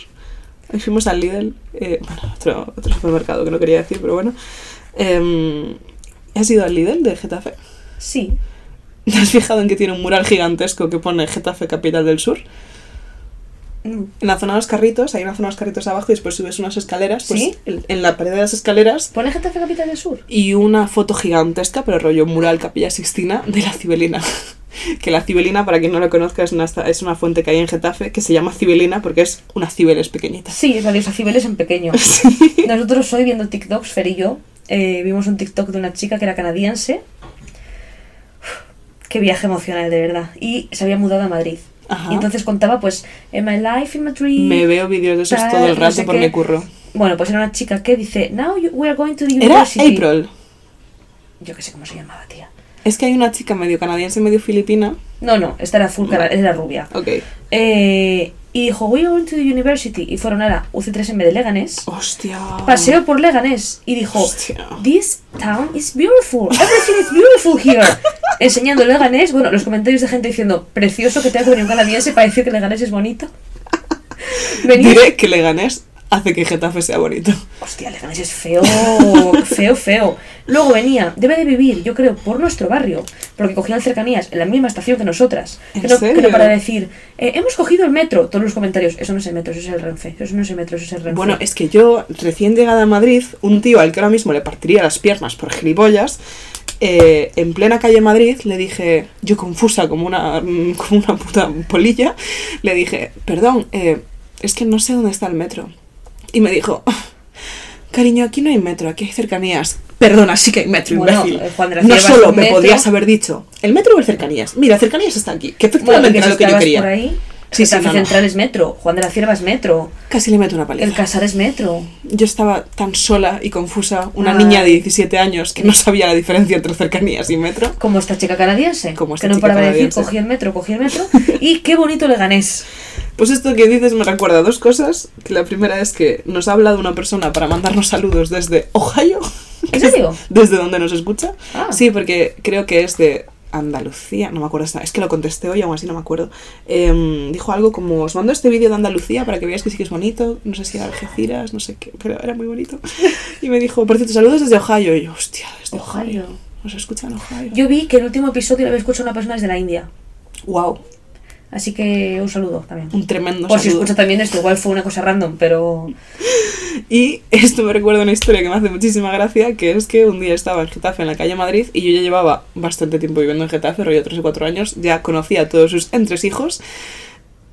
S2: Hoy fuimos al Lidl, eh, bueno, otro, otro supermercado que no quería decir, pero bueno. Em, ¿Has ido al Lidl de Getafe?
S1: Sí.
S2: ¿Te has fijado en que tiene un mural gigantesco que pone Getafe Capital del Sur?
S1: Mm.
S2: En la zona de los carritos, hay una zona de los carritos abajo y después subes unas escaleras. Pues
S1: ¿Sí?
S2: en, en la pared de las escaleras
S1: ¿Pone gente de capital del sur?
S2: y una foto gigantesca, pero rollo mural Capilla Sixtina, de la Cibelina. que la Cibelina, para quien no la conozca, es una, esta- es una fuente que hay en Getafe que se llama Cibelina porque es unas cibeles pequeñitas.
S1: Sí, es la diosa Cibeles en pequeño. Nosotros hoy viendo TikToks, Fer y yo, eh, vimos un TikTok de una chica que era canadiense. Uf, Qué viaje emocional, de verdad. Y se había mudado a Madrid.
S2: Ajá.
S1: Y entonces contaba, pues, en my life in Madrid.
S2: Me veo vídeos de esos
S1: tal,
S2: todo el
S1: no
S2: rato
S1: sé
S2: por
S1: qué.
S2: mi curro.
S1: Bueno, pues era una chica que dice, now you- we are going to the
S2: Era
S1: university.
S2: April.
S1: Yo qué sé cómo se llamaba, tía.
S2: Es que hay una chica medio canadiense, medio filipina.
S1: No, no, esta era azul, cara- era rubia.
S2: Ok.
S1: Eh, y dijo, we are going to the university. Y fueron a la UC3M de Leganés.
S2: Hostia.
S1: Paseó por Leganés y dijo,
S2: Oh. Hostia.
S1: This town is beautiful, everything is beautiful here. Enseñando Leganés, bueno, los comentarios de gente diciendo, precioso que tenga que venir un canadiense para decir que Leganés es bonito. Venir.
S2: Diré que Leganés hace que Getafe sea bonito.
S1: Hostia, Leganés es feo, feo, feo. Luego venía, debe de vivir, yo creo, por nuestro barrio, porque cogían cercanías en la misma estación que nosotras.
S2: ¿En
S1: Que no, que no
S2: serio?
S1: para decir, eh, hemos cogido el metro, todos los comentarios, eso no es el metro, eso es el Renfe, eso no es el metro, eso es el Renfe.
S2: Bueno, es que yo, recién llegada a Madrid, un tío al que ahora mismo le partiría las piernas por gilipollas, eh, en plena calle Madrid le dije, yo confusa como una, mm, como una puta polilla, le dije, perdón, eh, es que no sé dónde está el metro. Y me dijo, cariño, aquí no hay metro, aquí hay cercanías. Perdona, sí que hay metro,
S1: Bueno,
S2: imbécil.
S1: eh, Juan de la
S2: no
S1: Cierva es
S2: solo
S1: un
S2: me
S1: metro.
S2: podías haber dicho, ¿el metro o el cercanías? Mira, cercanías está aquí, que
S1: Bueno, porque
S2: efectivamente es
S1: si
S2: lo que yo
S1: estabas
S2: quería.
S1: por ahí,
S2: Sí, sí,
S1: Getafe
S2: no, no.
S1: Central es metro, Juan de la Cierva es metro,
S2: Casi le meto una paliza.
S1: el Casar es metro.
S2: Yo estaba tan sola y confusa, una
S1: Ay.
S2: niña de 17 años que no sabía la diferencia entre cercanías y metro.
S1: Como esta chica canadiense,
S2: Como esta
S1: que no
S2: chica
S1: paraba de decir,
S2: canadiense.
S1: cogí el metro, cogí el metro, y qué bonito Leganés.
S2: Pues esto que dices me recuerda a dos cosas. Que la primera es que nos ha hablado una persona para mandarnos saludos desde Ohio.
S1: ¿En serio?
S2: Desde donde nos escucha.
S1: Ah.
S2: Sí, porque creo que es de Andalucía. No me acuerdo. esta- Es que lo contesté hoy, aún así no me acuerdo. Em, dijo algo como, os mando este vídeo de Andalucía para que veáis que sí que es bonito. No sé si era Algeciras, no sé qué, pero era muy bonito. Y me dijo, por cierto, saludos desde Ohio. Y yo, hostia, desde Ohio.
S1: Ohio.
S2: Nos escuchan Ohio.
S1: Yo vi que el último episodio lo había escuchado una persona desde la India,
S2: Wow,
S1: así que un saludo también.
S2: un tremendo
S1: Por si
S2: saludo.
S1: escucha también esto, igual fue una cosa random, pero...
S2: Y esto me recuerda una historia que me hace muchísima gracia, que es que un día estaba en Getafe, en la calle Madrid, y yo ya llevaba bastante tiempo viviendo en Getafe, rollo 3 o 4 años, ya conocía a todos sus entresijos.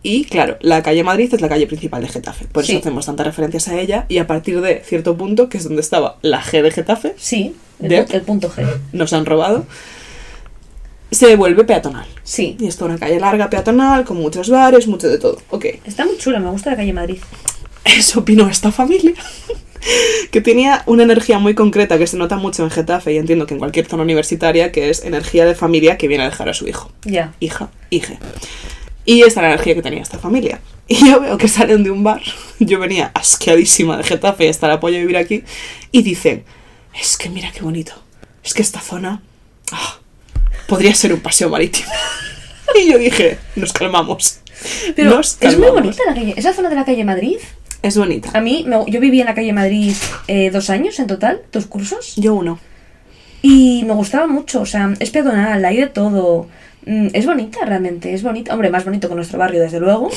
S2: Y claro, la calle Madrid es la calle principal de Getafe, por eso
S1: Sí.
S2: hacemos tantas referencias a ella, y a partir de cierto punto, que es donde estaba la G de Getafe,
S1: Sí, el,
S2: ¿De?
S1: pu- el punto G.
S2: nos han robado, se vuelve peatonal.
S1: Sí.
S2: Y es toda una calle larga, peatonal, con muchos bares, mucho de todo. Ok,
S1: Está muy chula, me gusta la calle Madrid.
S2: Eso opinó esta familia. que tenía una energía muy concreta que se nota mucho en Getafe y entiendo que en cualquier zona universitaria, que es energía de familia que viene a dejar a su hijo.
S1: Ya.
S2: Hija, hija. Y esta era la energía que tenía esta familia. Y yo veo que salen de un bar. Yo venía asqueadísima de Getafe, hasta el apoyo de vivir aquí. Y dicen, es que mira qué bonito. Es que esta zona ah, podría ser un paseo marítimo. y yo dije, nos calmamos.
S1: Pero
S2: Nos
S1: es muy
S2: calmamos".
S1: bonita la calle, esa zona de la calle Madrid.
S2: Es bonita.
S1: A mí, me- yo viví en la calle Madrid eh, dos años en total, dos cursos,
S2: Yo uno.
S1: y me gustaba mucho, o sea, es peatonal, hay de todo, Mm, es bonita realmente, es bonita, hombre, más bonito que nuestro barrio, desde luego.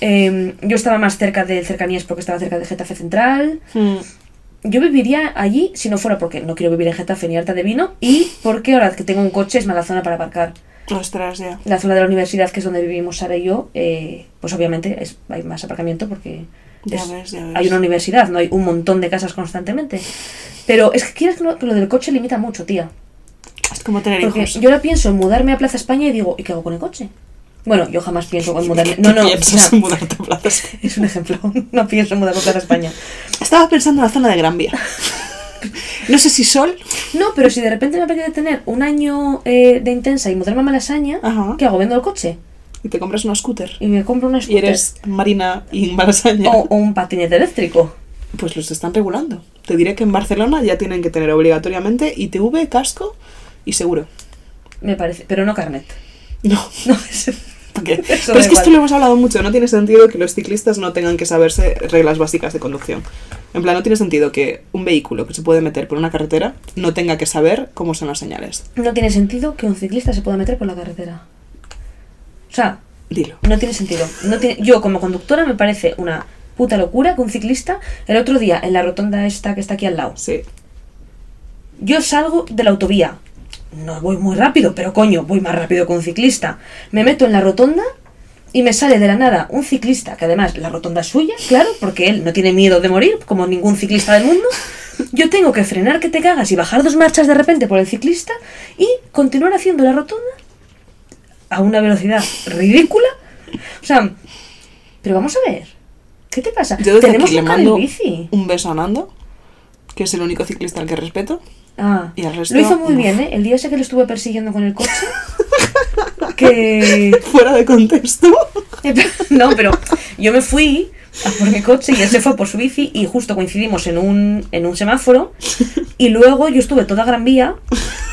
S1: Em, yo estaba más cerca de cercanías porque estaba cerca de Getafe Central.
S2: Hmm.
S1: Yo viviría allí si no fuera porque no quiero vivir en Getafe ni Alta de Vino y porque ahora que tengo un coche es mala zona para aparcar.
S2: Ostras, ya.
S1: La zona de la universidad, que es donde vivimos Sara y yo, eh, pues obviamente es, hay más aparcamiento porque
S2: Ya
S1: es-
S2: ves, ya ves.
S1: hay una universidad, no hay un montón de casas constantemente. Pero es que quieras que no- que lo del coche limita mucho, tía.
S2: Es como tener
S1: Porque
S2: hijos.
S1: yo ahora pienso en mudarme a Plaza España y digo, ¿y qué hago con el coche? Bueno, yo jamás pienso en mudarme. No,
S2: ¿Qué
S1: no, o
S2: piensas
S1: sea,
S2: en mudarte a plazas?
S1: es un ejemplo. No pienso en mudarme a Plaza España.
S2: Estaba pensando en la zona de Gran Vía. No sé si Sol.
S1: No, pero si de repente me apetece tener un año eh, de intensa y mudarme a Malasaña,
S2: Ajá.
S1: ¿qué hago? Vendo el coche
S2: Y te compras una scooter.
S1: y me compro una
S2: Y
S1: scooter
S2: eres Marina y Malasaña.
S1: o, o un patinete eléctrico.
S2: Pues los están regulando. Te diré que en Barcelona ya tienen que tener obligatoriamente ITV, casco y seguro.
S1: Me parece, pero no carnet.
S2: No.
S1: No, es-
S2: porque- Pero es
S1: Eso
S2: que
S1: da
S2: esto
S1: igual.
S2: lo hemos hablado mucho. No tiene sentido que los ciclistas no tengan que saberse reglas básicas de conducción. En plan, no tiene sentido que un vehículo que se puede meter por una carretera no tenga que saber cómo son las señales.
S1: no tiene sentido que un ciclista se pueda meter por la carretera. O sea,
S2: Dilo.
S1: no tiene sentido. No tiene- yo como conductora me parece una puta locura que un ciclista el otro día en la rotonda esta que está aquí al lado.
S2: Sí.
S1: Yo salgo de la autovía. No voy muy rápido, pero coño, voy más rápido que un ciclista. Me meto en la rotonda y me sale de la nada un ciclista, que además la rotonda es suya, claro, porque él no tiene miedo de morir, como ningún ciclista del mundo. Yo tengo que frenar que te cagas y bajar dos marchas de repente por el ciclista y continuar haciendo la rotonda a una velocidad ridícula. O sea, pero vamos a ver. ¿Qué te pasa?
S2: Yo desde
S1: Tenemos
S2: aquí le
S1: un carril
S2: mando
S1: bici.
S2: un beso a Nando, que es el único ciclista al que respeto.
S1: Ah,
S2: Y al resto,
S1: lo hizo muy
S2: uf.
S1: bien, ¿eh? El día ese que lo estuve persiguiendo con el coche. que.
S2: Fuera de contexto.
S1: No, pero Yo me fui a por mi coche y él se fue por su bici y justo coincidimos en un, en un semáforo. Y luego yo estuve toda Gran Vía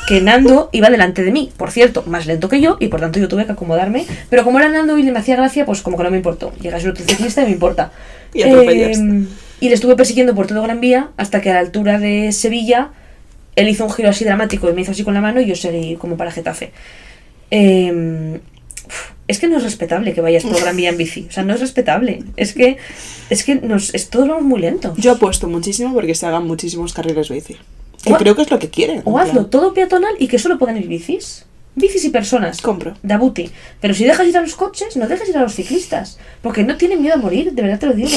S1: que Nando iba delante de mí, por cierto, más lento que yo y por tanto yo tuve que acomodarme. Pero como era Nando y le me hacía gracia, pues como que no me importó. Llegas otro ciclista y me importa. Em,
S2: Y atropellaste.
S1: y le estuve persiguiendo por todo Gran Vía hasta que a la altura de Sevilla él hizo un giro así dramático y me hizo así con la mano y yo seguí como para Getafe. Eh, uf, es que no es respetable que vayas por Gran Vía en bici. O sea, no es respetable. Es que, es que nos, es, todos vamos muy lentos.
S2: Yo apuesto muchísimo porque se hagan muchísimos carriles bici. Que
S1: O-
S2: creo que es lo que quieren. en
S1: O hazlo
S2: plan,
S1: todo peatonal y que solo puedan ir bicis. Bicis y personas.
S2: Compro.
S1: Dabuti. Pero si dejas ir a los coches, no dejas ir a los ciclistas. Porque no tienen miedo a morir, de verdad te lo digo.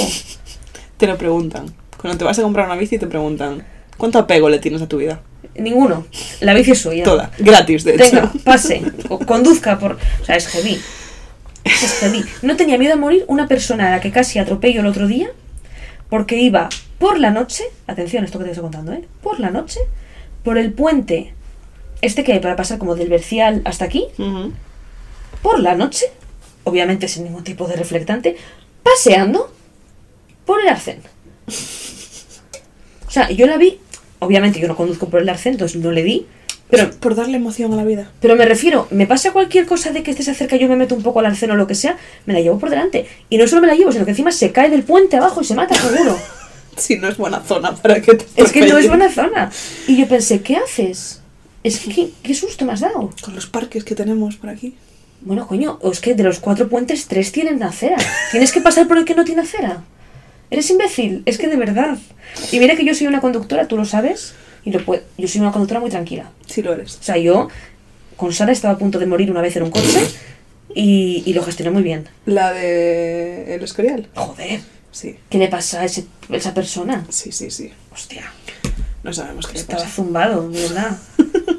S2: Te lo preguntan. Cuando te vas a comprar una bici te preguntan ¿Cuánto apego le tienes a tu vida?
S1: Ninguno. La bici es suya.
S2: Toda. Gratis, de hecho.
S1: Tenga, pase. o conduzca por. O sea, es heavy. Es heavy. No tenía miedo a morir una persona a la que casi atropello el otro día. Porque iba por la noche. Atención, esto que te estoy contando, ¿eh? Por la noche. Por el puente. Este que hay para pasar como del Bercial hasta aquí.
S2: Ujú.
S1: por la noche, obviamente sin ningún tipo de reflectante, paseando por el arcén. O sea, yo la vi, obviamente yo no conduzco por el arcén, entonces no le di, pero,
S2: Por darle emoción a la vida.
S1: pero me refiero, me pasa cualquier cosa de que este estés cerca, yo me meto un poco al arcén o lo que sea, me la llevo por delante. Y no solo me la llevo, sino que encima se cae del puente abajo y se mata, seguro.
S2: Si no es buena zona para que te
S1: es que no es
S2: atropellen.
S1: buena zona. Y yo pensé, ¿qué haces? Es que, ¿qué- ¿qué susto me has dado?
S2: Con los parques que tenemos por aquí.
S1: Bueno, coño, o es que de los cuatro puentes, tres tienen acera. Tienes que pasar por el que no tiene acera. Eres imbécil, es que de verdad. Y mira que yo soy una conductora, tú lo sabes, y lo pue- yo soy una conductora muy tranquila.
S2: Si lo eres.
S1: O sea, yo con Sara estaba a punto de morir una vez en un coche y, y lo gestioné muy bien.
S2: La de El Escorial.
S1: Joder,
S2: Sí,
S1: ¿qué le pasa a ese- a esa persona?
S2: sí, sí, sí.
S1: Hostia,
S2: No sabemos qué le
S1: estaba
S2: pasa.
S1: zumbado, de verdad.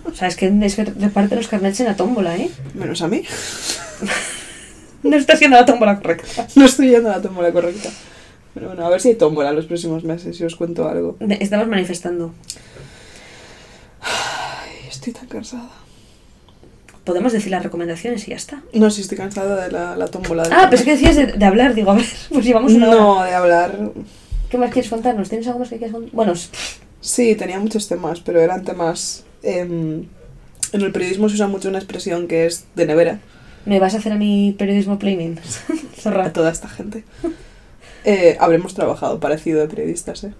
S1: O sea, es que, es que reparte los carnets en la tómbola, ¿eh?
S2: Menos a mí.
S1: No está siendo la tómbola correcta.
S2: No estoy yendo a la tómbola correcta. Pero bueno, a ver si hay tómbola los próximos meses y os cuento algo.
S1: Me- Estamos manifestando.
S2: Ay, estoy tan cansada.
S1: Podemos decir las recomendaciones y ya está.
S2: No, sí, estoy cansada de la, la tómbola. de-
S1: Ah, pero es que decías de, de hablar, digo, a ver, pues llevamos una hora.
S2: No, de hablar.
S1: ¿Qué más quieres contarnos? ¿Tienes algo más que quieras contar? Bueno, s-
S2: Sí, tenía muchos temas, pero eran temas. em, en el periodismo se usa mucho una expresión que es de nevera
S1: me vas a hacer a mi periodismo planning.
S2: a
S1: Zorra.
S2: toda esta gente. Eh, habremos trabajado parecido de periodistas, ¿eh?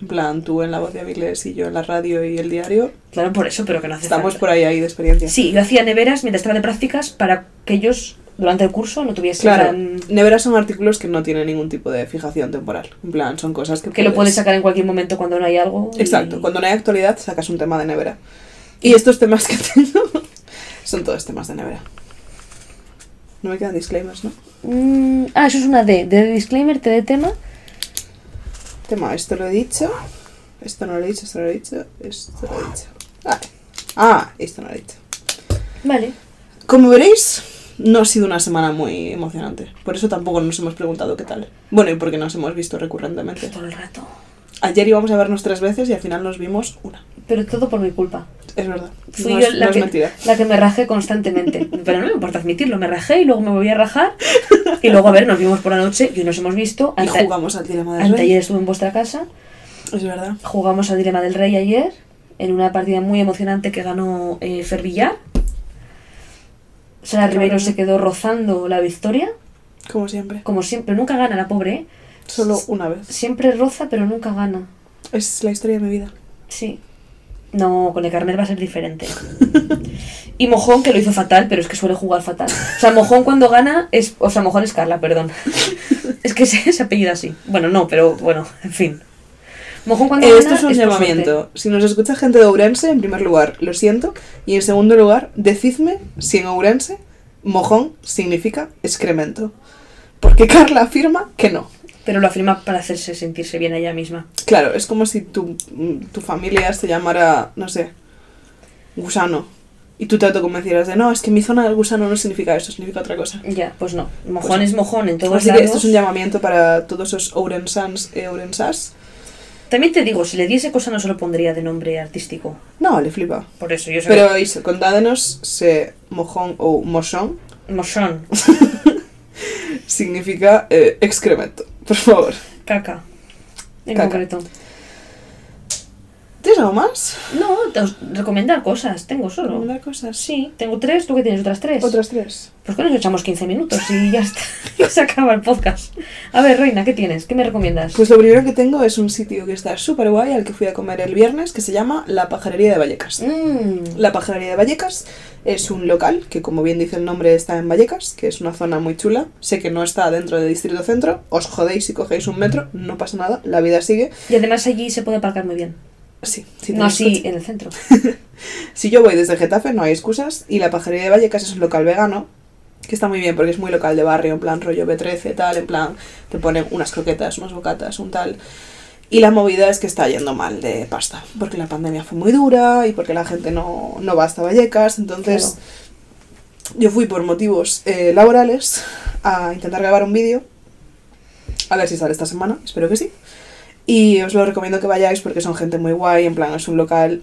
S2: En plan, tú en la voz de Avilés y yo en la radio y el diario.
S1: Claro, por eso, pero que no hace
S2: Estamos
S1: falta.
S2: por ahí, ahí de experiencia.
S1: Sí, yo hacía neveras mientras estaba de prácticas para que ellos durante el curso no tuviesen
S2: Claro,
S1: tan-
S2: neveras son artículos que no tienen ningún tipo de fijación temporal. En plan, son cosas que,
S1: que lo puedes sacar en cualquier momento cuando no hay algo. y-
S2: Pues Exacto, cuando no hay actualidad sacas un tema de nevera. Y estos temas que tengo son todos temas de nevera. No me quedan disclaimers, ¿no?
S1: Mm, ah, eso es una D. D de disclaimer, T de tema.
S2: Tema, esto lo he dicho, esto no lo he dicho, esto no lo he dicho, esto lo he dicho. Vale. Ah, esto no lo he dicho.
S1: Vale.
S2: Como veréis, no ha sido una semana muy emocionante. Por eso tampoco nos hemos preguntado qué tal. Bueno, y porque nos hemos visto recurrentemente.
S1: Todo el rato.
S2: Ayer íbamos a vernos tres veces y al final nos vimos una.
S1: Pero todo por mi culpa.
S2: Es verdad.
S1: Fui
S2: no
S1: yo
S2: es,
S1: la,
S2: no es
S1: que,
S2: mentira.
S1: la que me rajé constantemente. Pero no me importa admitirlo, me rajé y luego me volví a rajar. Y luego, a ver, nos vimos por la noche y hoy nos hemos visto.
S2: Y
S1: Ante-
S2: jugamos al dilema del rey.
S1: Anteayer estuve en vuestra casa.
S2: Es verdad.
S1: Jugamos al Dilema del Rey ayer. En una partida muy emocionante que ganó eh, Fervillar. Sara Ribeiro se quedó rozando la victoria.
S2: Como siempre.
S1: Como siempre, nunca gana la pobre, ¿eh?
S2: Solo una vez.
S1: Siempre roza, pero nunca gana.
S2: Es la historia de mi vida.
S1: Sí. No, con el Carmel va a ser diferente. Y Mojón, que lo hizo fatal, pero es que suele jugar fatal. O sea, Mojón cuando gana es. O sea, Mojón es Carla, perdón. Es que se, se apellida así. Bueno, no, pero bueno, en fin. Mojón cuando gana.
S2: Eh, esto es un
S1: por suerte.
S2: llamamiento. Si nos escucha gente de Ourense, en primer lugar, lo siento. Y en segundo lugar, decidme si en Ourense mojón significa excremento. Porque Carla afirma que no.
S1: Pero lo afirma para hacerse sentirse bien a ella misma.
S2: Claro, es como si tu, mm, tu familia se llamara, no sé, gusano. Y tú te autoconvencieras de, no, es que mi zona del gusano no significa eso, significa otra cosa.
S1: Ya, pues no. Mojón
S2: Pues-
S1: es mojón en todos
S2: Así
S1: lados.
S2: que esto es un llamamiento para todos esos Ourensans e Ourensas.
S1: También te digo, si le diese cosa no se lo pondría de nombre artístico.
S2: No, le flipa.
S1: Por eso yo soy
S2: Pero iso, contádenos se mojón o mosón
S1: mojón.
S2: significa eh, excremento, por favor.
S1: Caca. En
S2: Caca.
S1: concreto.
S2: ¿Tienes algo más?
S1: No, te- os- recomendar cosas, tengo solo.
S2: Recomendar cosas.
S1: Sí, tengo tres, tú que tienes otras tres.
S2: Otras tres.
S1: Pues que nos echamos 15 minutos y ya está. se acaba el podcast. A ver, Reina, ¿qué tienes? ¿Qué me recomiendas?
S2: Pues lo primero que tengo es un sitio que está súper guay al que fui a comer el viernes que se llama La Pajarería de Vallecas.
S1: Mm,
S2: La Pajarería de Vallecas es un local que, como bien dice el nombre, está en Vallecas, que es una zona muy chula. Sé que no está dentro del distrito centro, os jodéis si cogéis un metro, no pasa nada, la vida sigue.
S1: Y además allí se puede aparcar muy bien.
S2: Sí, si
S1: no
S2: tenéis
S1: así
S2: coche.
S1: en el centro.
S2: Si yo voy desde Getafe, no hay excusas. Y la pajarería de Vallecas es un local vegano, que está muy bien porque es muy local de barrio, en plan rollo B13, tal, en plan te ponen unas croquetas, unas bocatas, un tal. Y la movida es que está yendo mal de pasta, porque la pandemia fue muy dura y porque la gente no, no va hasta Vallecas. Entonces, yo fui por motivos eh, laborales a intentar grabar un vídeo. A ver si sale esta semana, espero que sí. Y os lo recomiendo que vayáis porque son gente muy guay, en plan es un local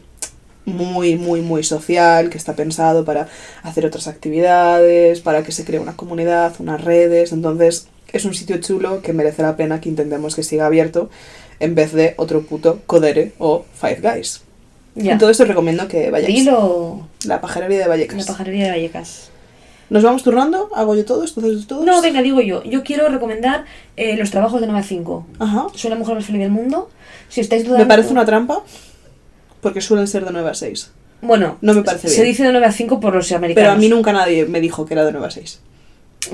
S2: muy, muy, muy social, que está pensado para hacer otras actividades, para que se cree una comunidad, unas redes. Entonces, es un sitio chulo que merece la pena que intentemos que siga abierto en vez de otro puto Codere o Five Guys.
S1: Ya.
S2: Entonces, os recomiendo que vayáis.
S1: Dilo,
S2: La pajarería de
S1: la
S2: Vallecas.
S1: pajarería de Vallecas.
S2: Nos vamos turnando, hago yo todos, entonces todos.
S1: No, venga, digo yo. Yo quiero recomendar eh, los trabajos de 9 a 5.
S2: Ajá.
S1: Soy la mujer más feliz del mundo. Si estáis dudando...
S2: Me parece una trampa porque suelen ser de 9 a 6.
S1: Bueno,
S2: No me parece
S1: se
S2: bien.
S1: dice de 9 a 5 por los americanos.
S2: Pero a mí nunca nadie me dijo que era de 9 a 6.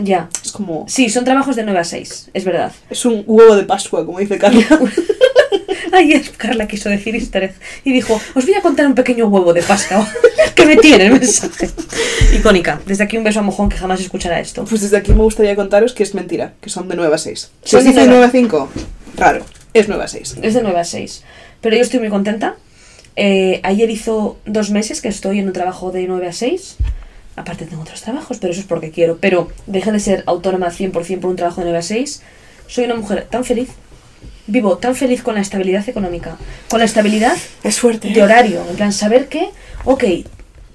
S1: Ya.
S2: Es como.
S1: Sí, son trabajos de 9 a 6, es verdad.
S2: Es un huevo de Pascua, como dice Carla.
S1: Ayer Carla quiso decir easter egg y dijo, os voy a contar un pequeño huevo de Pascua que me tiene el mensaje. Icónica. Desde aquí un beso a Mojón que jamás escuchará esto.
S2: Pues desde aquí me gustaría contaros que es mentira, que son de 9 a 6. Si
S1: Son
S2: os
S1: de
S2: dice 9
S1: nueve.
S2: a 5, raro, es 9 a 6.
S1: Es de 9 a 6. Pero yo estoy muy contenta. Eh, ayer hizo dos meses que estoy en un trabajo de 9 a 6. Aparte tengo otros trabajos, pero eso es porque quiero. Pero dejé de ser autónoma 100% por un trabajo de 9 a 6. Soy una mujer tan feliz. Vivo tan feliz con la estabilidad económica. Con la estabilidad
S2: Es fuerte.
S1: de horario, en plan saber que, ok,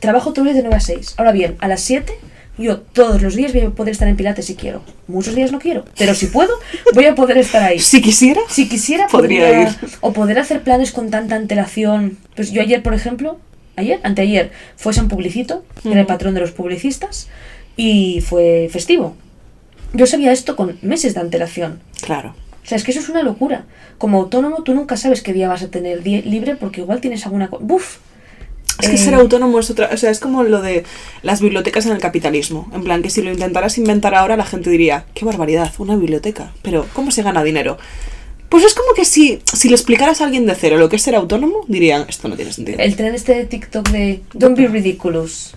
S1: trabajo todos los días de 9 a 6. Ahora bien, a las 7 yo todos los días voy a poder estar en Pilates si quiero. Muchos días no quiero, pero si puedo, voy a poder estar ahí.
S2: Si quisiera,
S1: Si quisiera,
S2: Podría ir.
S1: O poder hacer planes con tanta antelación. Pues yo ayer, por ejemplo, ayer, anteayer, fue San Publicito, que era el
S2: Ujú.
S1: patrón de los publicistas, y fue festivo. Yo sabía esto con meses de antelación.
S2: claro.
S1: O sea, es que eso es una locura. Como autónomo, tú nunca sabes qué día vas a tener di- libre porque igual tienes alguna cosa. ¡Buf!
S2: Es
S1: Eh,
S2: que ser autónomo es otra, o sea, es como lo de las bibliotecas en el capitalismo. En plan, que si lo intentaras inventar ahora, la gente diría, qué barbaridad, una biblioteca. Pero, ¿cómo se gana dinero? Pues es como que si, si le explicaras a alguien de cero lo que es ser autónomo, dirían, esto no tiene sentido.
S1: El tren este de TikTok de Don't be ridiculous,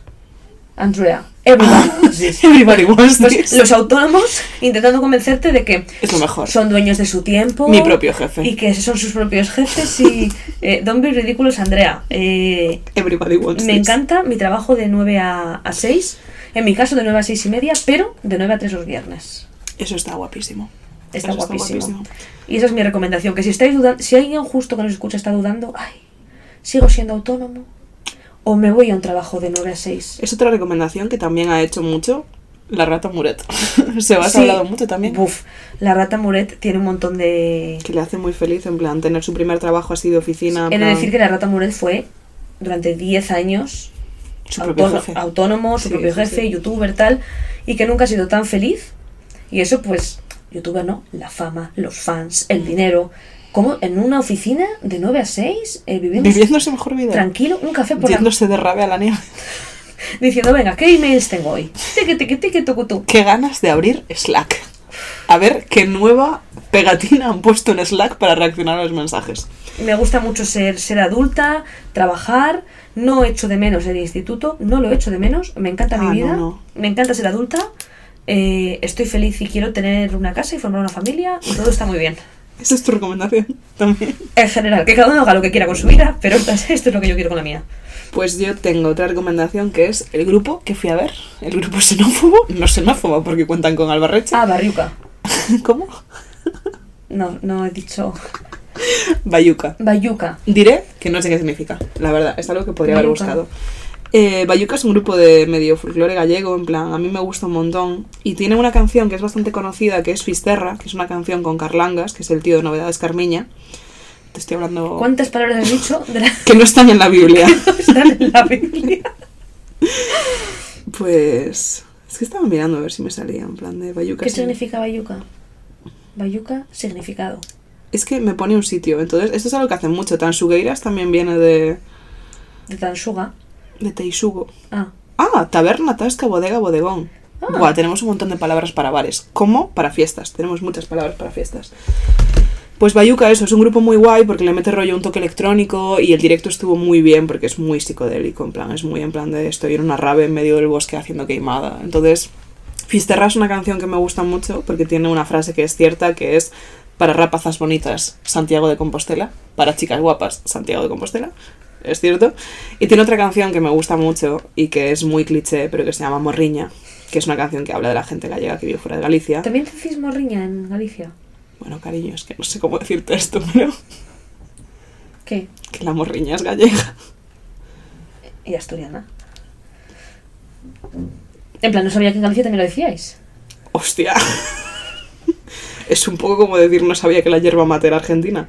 S1: Andrea. Everyone. knows this.
S2: Everybody wants
S1: Los,
S2: this.
S1: Pues los autónomos intentando convencerte de que
S2: Es lo mejor.
S1: son dueños de su tiempo.
S2: Mi propio jefe.
S1: Y que son sus propios jefes. Y eh, Don't be ridiculous, Andrea. Eh,
S2: Everybody wants
S1: me
S2: this.
S1: encanta mi trabajo de 9 a, a 6. En mi caso, de 9 a 6 y media, pero de 9 a 3 los viernes.
S2: Eso está guapísimo.
S1: Está
S2: Eso
S1: guapísimo. Y esa es mi recomendación, que si estáis dudando, si alguien justo que nos escucha está dudando, ay, sigo siendo autónomo o me voy a un trabajo de 9 a 6.
S2: Es otra recomendación que también ha hecho mucho la rata Muret. Se va,
S1: Sí.
S2: ha hablado mucho también.
S1: Buf, la rata Muret tiene un montón de...
S2: Que le hace muy feliz, en plan, tener su primer trabajo así de oficina. en
S1: He de
S2: plan,
S1: decir que la rata Muret fue durante 10 años
S2: su propio
S1: autónomo-
S2: jefe.
S1: autónomo, su
S2: Sí,
S1: propio
S2: sí,
S1: jefe,
S2: sí.
S1: youtuber, tal, y que nunca ha sido tan feliz. Y eso, pues, youtuber no, la fama, los fans,
S2: Mm.
S1: el dinero. Como en una oficina de 9 a 6, eh, viviendo,
S2: Viviendo su mejor vida.
S1: tranquilo, un café por la
S2: Yéndose de rabia a la nieve.
S1: diciendo, venga, ¿qué emails tengo hoy? Tiqui, tiqui, tiqui, tucu, tu.
S2: Qué ganas de abrir Slack. A ver qué nueva pegatina han puesto en Slack para reaccionar a los mensajes.
S1: Me gusta mucho ser, ser adulta, trabajar, no echo de menos el instituto, no lo echo de menos, me encanta
S2: Ah,
S1: mi vida,
S2: no, no.
S1: me encanta ser adulta, eh, estoy feliz y quiero tener una casa y formar una familia, y todo está muy bien.
S2: Esa es tu recomendación también.
S1: En general, que cada uno haga lo que quiera con su vida, pero esto es esto es lo que yo quiero con la mía.
S2: Pues yo tengo otra recomendación que es el grupo que fui a ver. El grupo xenófobo. No xenófobo porque cuentan con Albarreche.
S1: Ah, Barriuca.
S2: ¿Cómo?
S1: No, no he dicho.
S2: Bayuca.
S1: Bayuca.
S2: Diré que no sé qué significa, la verdad, es algo que podría haber
S1: Bayuca.
S2: buscado. Eh, Bayuca es un grupo de medio folclore gallego, en plan, a mí me gusta un montón. Y tiene una canción que es bastante conocida, que es Fisterra, que es una canción con Carlangas, que es el tío de Novedades Carmiña. Te estoy hablando...
S1: ¿Cuántas palabras has dicho de las
S2: Que no están en la Biblia.
S1: que están en la Biblia?
S2: pues... Es que estaba mirando a ver si me salía, en plan, de Bayuca.
S1: ¿Qué
S2: sí.
S1: significa bayuca? Bayuca, significado.
S2: Es que me pone un sitio, entonces, esto es algo que hacen mucho. Tansugueiras también viene de,
S1: De Tansuga.
S2: de Teisugo.
S1: Ah,
S2: Ah, taberna, tasca, bodega, bodegón.
S1: Ah.
S2: Buah, tenemos un montón de palabras para bares, como para fiestas. Tenemos muchas palabras para fiestas. Pues Bayuca, eso, es un grupo muy guay porque le mete rollo un toque electrónico y el directo estuvo muy bien porque es muy psicodélico, en plan, es muy en plan de estoy en una rave en medio del bosque haciendo queimada. Entonces, Fisterra es una canción que me gusta mucho porque tiene una frase que es cierta, que es para rapazas bonitas, Santiago de Compostela, para chicas guapas, Santiago de Compostela, es cierto. Y tiene otra canción que me gusta mucho y que es muy cliché, pero que se llama Morriña, que es una canción que habla de la gente gallega que vive fuera de Galicia.
S1: ¿también decís morriña en Galicia?
S2: Bueno, cariño, es que no sé cómo decirte esto, pero
S1: ¿Qué?
S2: que la morriña es gallega.
S1: Y asturiana. En plan, no sabía que en Galicia también lo decíais.
S2: Hostia. Es un poco como decir no sabía que la hierba mate era argentina.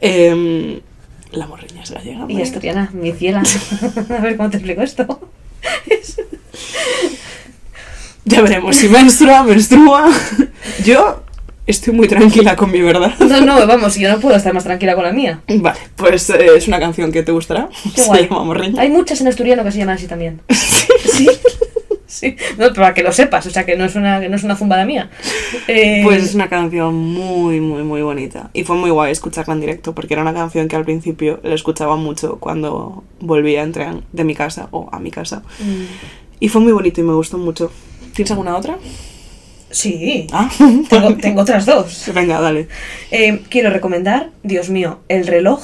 S2: Em, la morriña es gallega.
S1: Y
S2: María.
S1: asturiana, mi ciela. A ver cómo te explico esto.
S2: Ya veremos si menstrua, menstrua. Yo estoy muy tranquila con mi verdad.
S1: No, no, vamos, yo no puedo estar más tranquila con la mía.
S2: Vale, pues eh, es una canción que te gustará.
S1: Qué
S2: se
S1: guay.
S2: llama Morriña.
S1: Hay muchas en asturiano que se llaman así también. Sí. Sí. No, pero para que lo sepas, o sea, que no es una, que no es una zumbada mía. Eh,
S2: Pues es una canción muy, muy, muy bonita. Y fue muy guay escucharla en directo, porque era una canción que al principio la escuchaba mucho cuando volvía en tren de mi casa o a mi casa.
S1: mm,
S2: Y fue muy bonito y me gustó mucho. ¿Tienes alguna otra?
S1: Sí.
S2: Ah,
S1: Tengo, tengo otras dos.
S2: Venga, dale.
S1: Eh, quiero recomendar, Dios mío, el reloj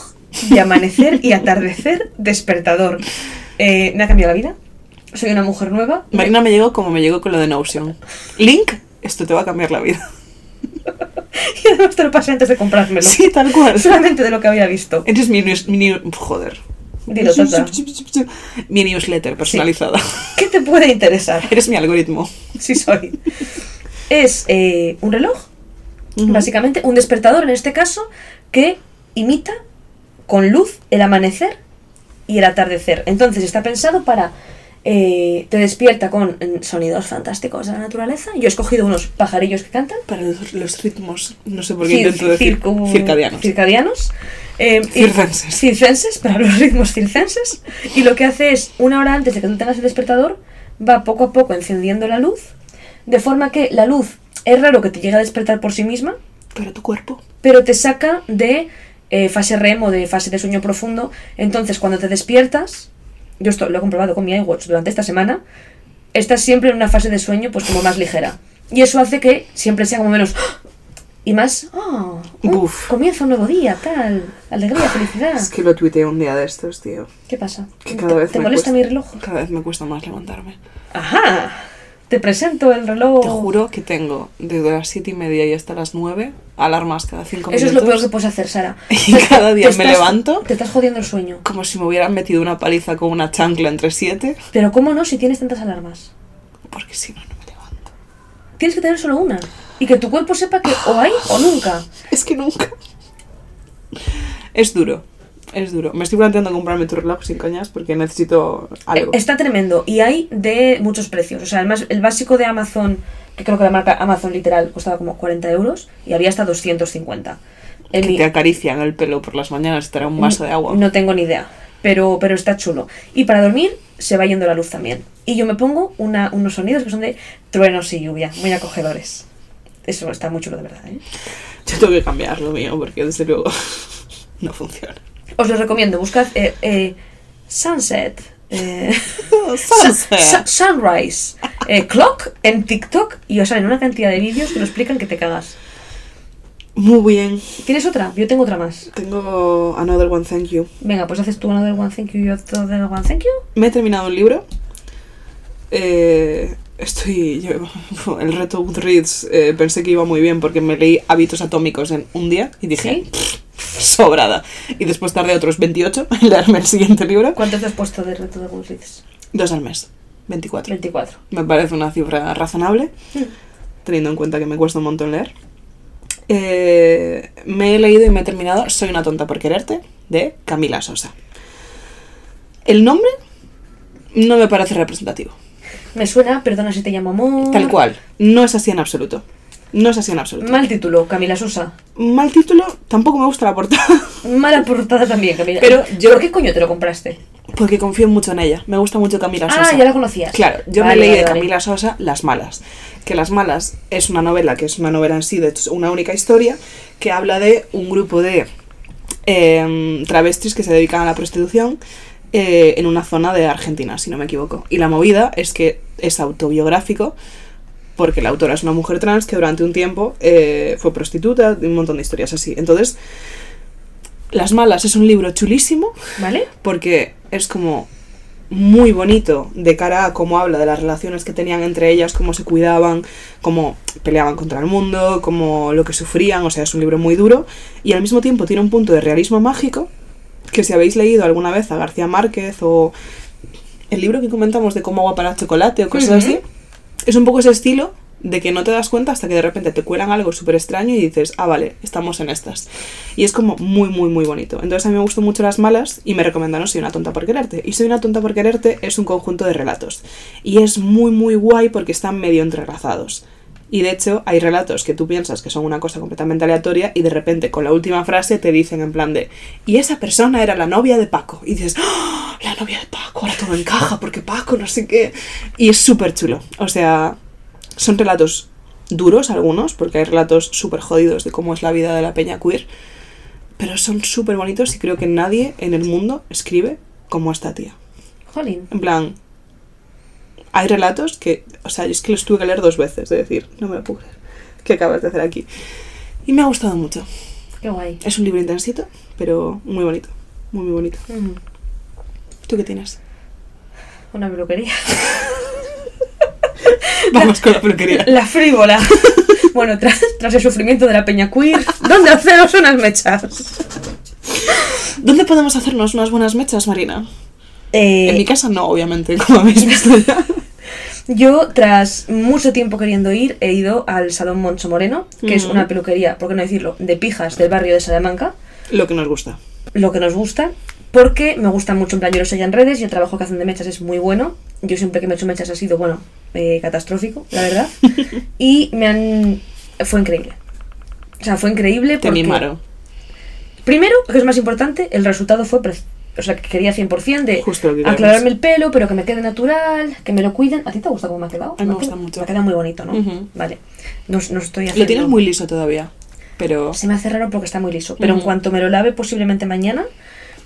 S1: de amanecer y atardecer despertador. Eh, me ha cambiado la vida. Soy una mujer nueva.
S2: Marina me llegó como me llegó con lo de Notion. Link, esto te va a cambiar la vida.
S1: Y además te lo pasé antes de comprármelo.
S2: Sí, tal cual.
S1: Solamente de lo que había visto.
S2: Eres mi, news- mi new- joder.
S1: Dilo, Tata.
S2: Mi newsletter personalizada.
S1: ¿Qué te puede interesar?
S2: Eres mi algoritmo.
S1: Sí, soy. Es eh, un reloj, básicamente, un despertador en este caso, que imita con luz el amanecer y el atardecer. Entonces está pensado para... eh, te despierta con mm, sonidos fantásticos de la naturaleza. Yo he escogido unos pajarillos que cantan.
S2: Para los, los ritmos, no sé por qué
S1: Cir-
S2: intento decir
S1: circu-
S2: circadianos.
S1: circadianos, eh, y-
S2: Circenses.
S1: circenses, para los ritmos circenses. Y lo que hace es, una hora antes de que tú tengas el despertador, va poco a poco encendiendo la luz, de forma que la luz es raro que te llegue a despertar por sí misma,
S2: Pero tu cuerpo.
S1: pero te saca de eh, fase REM o de fase de sueño profundo. Entonces, cuando te despiertas, yo esto lo he comprobado con mi iWatch durante esta semana, estás siempre en una fase de sueño pues como más ligera. Y eso hace que siempre sea como menos... ¡Ah! Y más... ¡Ah! ¡Uh!
S2: Buf.
S1: comienza un nuevo día, tal. Alegría, felicidad.
S2: Ah, Es que lo tuiteé un día de estos, tío.
S1: ¿Qué pasa?
S2: Que
S1: Ah. ¿Te,
S2: cada vez
S1: te
S2: me
S1: molesta
S2: cuesta-
S1: mi reloj?
S2: Cada vez me cuesta más levantarme.
S1: ¡Ajá! Te presento el reloj.
S2: Te juro que tengo desde las siete y media y hasta las 9 alarmas cada cinco
S1: Eso es
S2: minutos.
S1: lo peor que puedes hacer, Sara.
S2: Y cada día
S1: Te
S2: me
S1: estás-
S2: levanto
S1: Te estás jodiendo el sueyo.
S2: como si me hubieran metido una paliza con una chancla entre siete.
S1: Pero ¿cómo no si tienes tantas alarmas?
S2: Porque si no, no me levanto.
S1: Tienes que tener solo una. Y que tu cuerpo sepa que o hay o nunca.
S2: Es que nunca. Es duro. Es duro. Me estoy planteando comprarme tu reloj sin cañas porque necesito algo.
S1: Eh, Está tremendo. Y hay de muchos precios. O sea, el, más, el básico de Amazon, que creo que la marca Amazon literal costaba como 40 euros y había hasta 250. En
S2: que
S1: mi-
S2: te acarician el pelo por las mañanas y te dan un vaso de agua.
S1: No tengo ni idea. Pero, pero está chulo. Y para dormir se va yendo la luz también. Y yo me pongo una- unos sonidos que son de truenos y lluvia, muy acogedores. Eso está muy chulo de verdad. ¿eh?
S2: Yo tengo que cambiar lo mío porque desde luego no funciona.
S1: Os lo recomiendo. Buscad eh, eh, Sunset. eh,
S2: Sunset.
S1: Sun- sunrise. eh, clock en TikTok y os salen una cantidad de vídeos que lo explican que te cagas.
S2: Muy bien.
S1: ¿Tienes otra? Yo tengo otra más.
S2: Tengo another one, thank you.
S1: Venga, pues haces tú una del One Thank You y otro del One Thank You.
S2: Me he terminado un libro. Eh, estoy. yo- el reto Goodreads eh, pensé que iba muy bien porque me leí Hábitos Atómicos en un día y dije.
S1: ¿Sí?
S2: "Pff, sobrada. Y después tardé otros 28 en leerme el siguiente libro.
S1: ¿Cuánto te has puesto de reto de Goodreads?
S2: Dos al mes, 24.
S1: 24.
S2: Me parece una cifra razonable, teniendo en cuenta que me cuesta un montón leer. Eh, me he leído y me he terminado Soy una tonta por quererte, de Camila Sosa. El nombre no me parece representativo.
S1: Me suena, perdona si te llamo amor.
S2: Tal cual. No es así en absoluto. No es así en absoluto.
S1: Mal título, Camila Sosa.
S2: Mal título, tampoco me gusta la portada.
S1: Mala portada también, Camila.
S2: Pero yo-
S1: ¿Por qué coño te lo compraste?
S2: Porque confío mucho en ella. Me gusta mucho Camila Sosa.
S1: Ah, ya la conocías.
S2: Claro, yo
S1: Vale,
S2: me leí
S1: vale,
S2: de
S1: vale.
S2: Camila Sosa Las Malas. Que Las Malas es una novela, que es una novela en sí, de hecho, es una única historia, que habla de un grupo de em, travestis que se dedican a la prostitución eh, en una zona de Argentina, si no me equivoco. Y la movida es que es autobiográfico, porque la autora es una mujer trans que durante un tiempo eh, fue prostituta, y un montón de historias así. Entonces, Las Malas es un libro chulísimo,
S1: ¿Vale?
S2: porque es como muy bonito de cara a cómo habla de las relaciones que tenían entre ellas, cómo se cuidaban, cómo peleaban contra el mundo, cómo lo que sufrían, o sea, es un libro muy duro y al mismo tiempo tiene un punto de realismo mágico que si habéis leído alguna vez a García Márquez o el libro que comentamos de cómo agua para chocolate o cosas
S1: Ujú.
S2: así, es un poco ese estilo de que no te das cuenta hasta que de repente te cuelan algo súper extraño y dices, ah, vale, estamos en estas. Y es como muy, muy, muy bonito. Entonces a mí me gustó mucho Las Malas y me recomendaron Soy una tonta por quererte. Y Soy una tonta por quererte es un conjunto de relatos. Y es muy, muy guay porque están medio entrelazados. Y de hecho hay relatos que tú piensas que son una cosa completamente aleatoria y de repente con la última frase te dicen en plan de, y esa persona era la novia de Paco. Y dices, "¡Ah! la novia de Paco, ahora todo encaja porque Paco, no sé qué. Y es súper chulo. O sea, son relatos duros algunos, porque hay relatos súper jodidos de cómo es la vida de la peña queer, pero son súper bonitos y creo que nadie en el mundo escribe como esta tía.
S1: Jolín.
S2: En plan, hay relatos que, o sea, yo es que los tuve que leer dos veces, de decir, no me lo puedo creer, ¿qué acabas de hacer aquí? Y me ha gustado mucho.
S1: Qué guay.
S2: Es un libro intensito, pero muy bonito, muy, muy bonito.
S1: Mm,
S2: ¿Tú qué tienes?
S1: Una peluquería.
S2: Vamos con la peluquería.
S1: La frívola. bueno, tras, tras el sufrimiento de la peña queer, ¿dónde haceros unas mechas?
S2: ¿Dónde podemos hacernos unas buenas mechas, Marina?
S1: Eh,
S2: En mi casa no, obviamente, como habéis visto ya.
S1: Yo, tras mucho tiempo queriendo ir, he ido al Salón Moncho Moreno, que es
S2: Ujú.
S1: una peluquería, por qué no decirlo, de pijas del barrio de Salamanca,
S2: Lo que nos gusta.
S1: lo que nos gusta, porque me gusta mucho, en plan, yo lo seguía en redes y el trabajo que hacen de mechas es muy bueno. Yo siempre que me he hecho mechas ha sido, bueno, eh, catastrófico, la verdad. Y me han... fue increíble. O sea, fue increíble
S2: Te
S1: porque...
S2: mimaron.
S1: Primero, lo que es más importante, el resultado fue... pre- O sea, que quería 100% de
S2: Justo lo que queremos.
S1: aclararme el pelo, pero que me quede natural, que me lo cuiden. ¿A ti te gusta cómo me ha quedado?
S2: A mí me
S1: ha
S2: gusta
S1: quedado-
S2: mucho.
S1: Me ha quedado muy bonito, ¿no?
S2: Ujú.
S1: Vale. No, no estoy haciendo...
S2: Lo tienes muy liso todavía, pero
S1: Se me hace raro porque está muy liso, pero en
S2: Ujú.
S1: cuanto me lo lave, posiblemente mañana,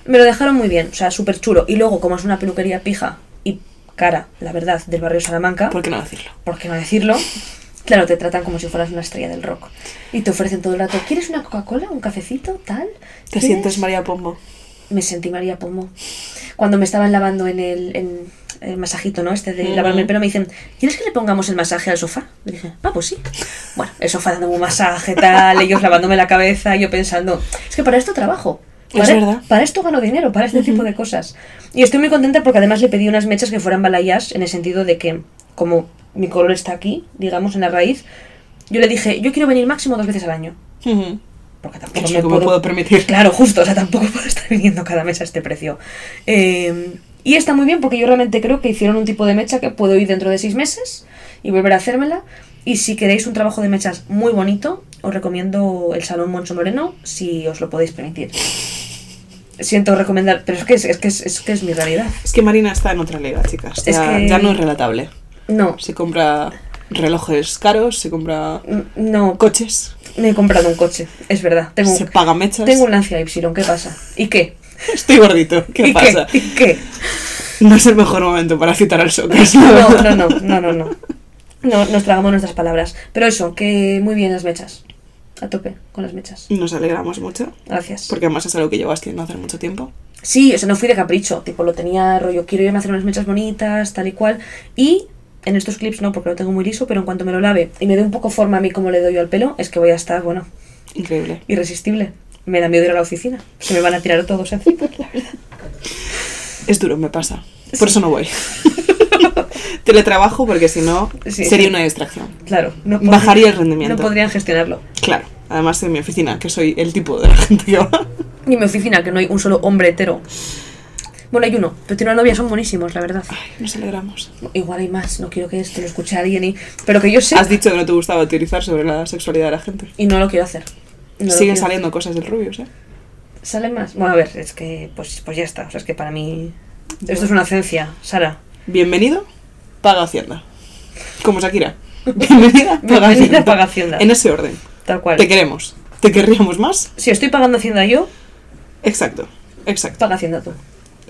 S1: me lo dejaron muy bien, o sea, súper chulo. Y luego, como es una peluquería pija y cara, la verdad, del barrio Salamanca,
S2: ¿por qué no decirlo?
S1: ¿por qué no decirlo? Claro, te tratan como si fueras una estrella del rock. Y te ofrecen todo el rato, ¿quieres una Coca-Cola, un cafecito, tal?
S2: ¿Te
S1: ¿Quieres?".
S2: sientes María Pombo?
S1: Me sentí María Pomo. Cuando me estaban lavando en el, en el masajito, ¿no? Este de
S2: Ujú.
S1: lavarme el pelo, me dicen, ¿quieres que le pongamos el masaje al sofá? Le dije, ah, pues sí. Bueno, el sofá dándome un masaje, tal, ellos lavándome la cabeza, yo pensando, es que para esto trabajo.
S2: Es
S1: Para, e-,
S2: verdad.
S1: para esto gano dinero, para este tipo de cosas. Y estoy muy contenta porque además le pedí unas mechas que fueran balayage en el sentido de que, como mi color está aquí, digamos, en la raíz, yo le dije, yo quiero venir máximo dos veces al año.
S2: Ujú.
S1: Porque tampoco
S2: Es
S1: me
S2: lo que me puedo permitir.
S1: Claro, justo, o sea, tampoco puedo estar viniendo cada mes a este precio. Eh, y está muy bien porque yo realmente creo que hicieron un tipo de mecha que puedo ir dentro de seis meses y volver a hacérmela. Y si queréis un trabajo de mechas muy bonito, os recomiendo el Salón Moncho Moreno si os lo podéis permitir. Siento recomendar, pero es que es, es que es, es que es mi realidad.
S2: Es que Marina está en otra liga, chicas.
S1: Es
S2: Ya,
S1: que-
S2: ya no es relatable.
S1: No,
S2: Se compra relojes caros, se compra
S1: n- no, co-
S2: coches,
S1: me he comprado un coche, es verdad. Tengo,
S2: se paga mechas.
S1: tengo un Lancia Y, ¿qué pasa? ¿Y qué?
S2: Estoy gordito, ¿qué
S1: ¿Y
S2: pasa?
S1: qué? ¿Y qué?
S2: No es el mejor momento para citar al Socas.
S1: No, no, no, no, no, no. No, nos tragamos nuestras palabras. Pero eso, que muy bien las mechas. A tope con las mechas.
S2: Nos alegramos mucho,
S1: Gracias.
S2: porque además es algo que llevas queriendo hacer mucho tiempo.
S1: Sí, o sea, no fui de capricho. Tipo, lo tenía rollo, quiero irme a hacer unas mechas bonitas, tal y cual. Y en estos clips no, porque lo tengo muy liso, pero en cuanto me lo lave y me dé un poco forma a mí como le doy yo al pelo, es que voy a estar, bueno,
S2: Increíble.
S1: irresistible. Me da miedo ir a la oficina. Se me van a tirar todos encima, la verdad.
S2: Es duro, me pasa. Por eso no voy. Teletrabajo porque si no
S1: Sí.
S2: sería una distracción.
S1: Claro. No
S2: Bajaría el rendimiento.
S1: No podrían gestionarlo.
S2: Claro. Además en mi oficina, que soy el tipo de la gente que va.
S1: Ni en mi oficina, que no hay un solo hombre hetero. Bueno, hay uno, pero tiene una novia, son buenísimos, la verdad.
S2: Ay, nos alegramos.
S1: Igual hay más, no quiero que esto lo escuche alguien y... Pero que yo sé...
S2: Has dicho que no te gustaba teorizar sobre la sexualidad de la gente.
S1: Y no lo quiero hacer. No lo
S2: Siguen
S1: quiero.
S2: saliendo cosas del Rubius, ¿eh?
S1: ¿Salen más? Bueno, a ver, es que... Pues, pues ya está, o sea, es que para mí... Esto es una ciencia, Sara.
S2: Bienvenido, paga Hacienda. Como Shakira. Bienvenida, paga
S1: Bienvenida,
S2: Hacienda.
S1: paga Hacienda.
S2: En ese orden.
S1: Tal cual.
S2: Te queremos. Te querríamos más.
S1: Si estoy pagando Hacienda yo,
S2: Exacto. Exacto.
S1: paga Hacienda tú.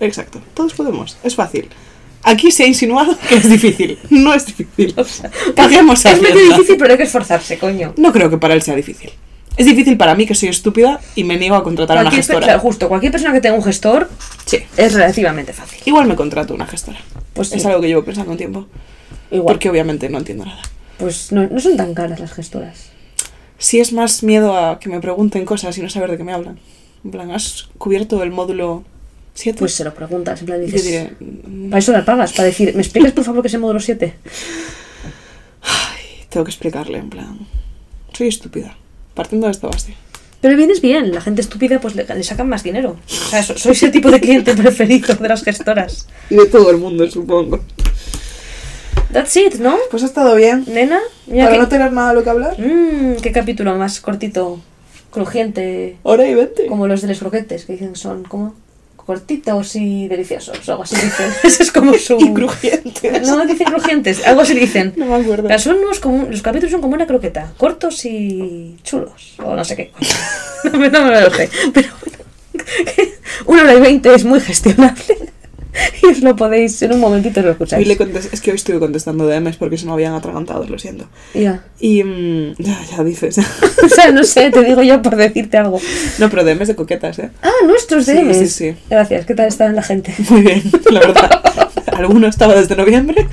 S2: Exacto. Todos podemos. Es fácil. Aquí se ha insinuado que es difícil. No es difícil. Paguemos
S1: Es medio
S2: Hacienda.
S1: difícil, pero hay que esforzarse, coño.
S2: No creo que para él sea difícil. Es difícil para mí que soy estúpida y me niego a contratar a una
S1: Cualquier pe-
S2: gestora.
S1: claro, justo, cualquier persona que tenga un gestor
S2: Sí.
S1: es relativamente fácil.
S2: Igual me contrato una gestora.
S1: Pues sí.
S2: es algo que llevo pensando un tiempo.
S1: Igual.
S2: Porque obviamente no entiendo nada.
S1: Pues no, no son tan caras las gestoras.
S2: Si es más miedo a que me pregunten cosas y no saber de qué me hablan. En plan, ¿has cubierto el módulo 7?
S1: Pues se lo preguntas, en plan
S2: yo
S1: dices...
S2: diré, mm,
S1: Para eso la pagas, para decir, ¿me explicas por favor qué es el módulo 7?
S2: tengo que explicarle, en plan, soy estúpida. Partiendo de esta base.
S1: Pero vienes bien, la gente estúpida pues le, le sacan más dinero. O sea, so- sois el tipo de cliente preferido de las gestoras.
S2: Y de todo el mundo, supongo.
S1: That's it, ¿no?
S2: Pues ha estado bien.
S1: Nena, mira que-
S2: tener nada de lo que hablar,
S1: Mm, qué capítulo más cortito, crujiente,
S2: hora y 20.
S1: como los de los croquetes, que dicen son como cortitos y deliciosos, o algo así dicen. Eso es como su...
S2: Y crujientes.
S1: No, dicen crujientes, algo así dicen.
S2: No me acuerdo.
S1: Pero son unos como, los capítulos son como una croqueta, cortos y chulos, o no sé qué. coño. No, me- no me lo sé, pero bueno, que una hora y veinte es muy gestionable y os lo podéis, en un momentito os lo
S2: Hoy
S1: escucháis.
S2: le contest- es que hoy estuve contestando DMs porque se me habían atragantado, lo siento.
S1: Ya.
S2: Y mm, ya, ya dices.
S1: O sea, no sé, te digo yo por decirte algo.
S2: no, pero DMs de coquetas, ¿eh?
S1: Ah, nuestros
S2: Sí,
S1: DMs.
S2: sí, sí.
S1: Gracias, ¿qué tal está la gente?
S2: Muy bien, la verdad. Alguno estaba desde noviembre,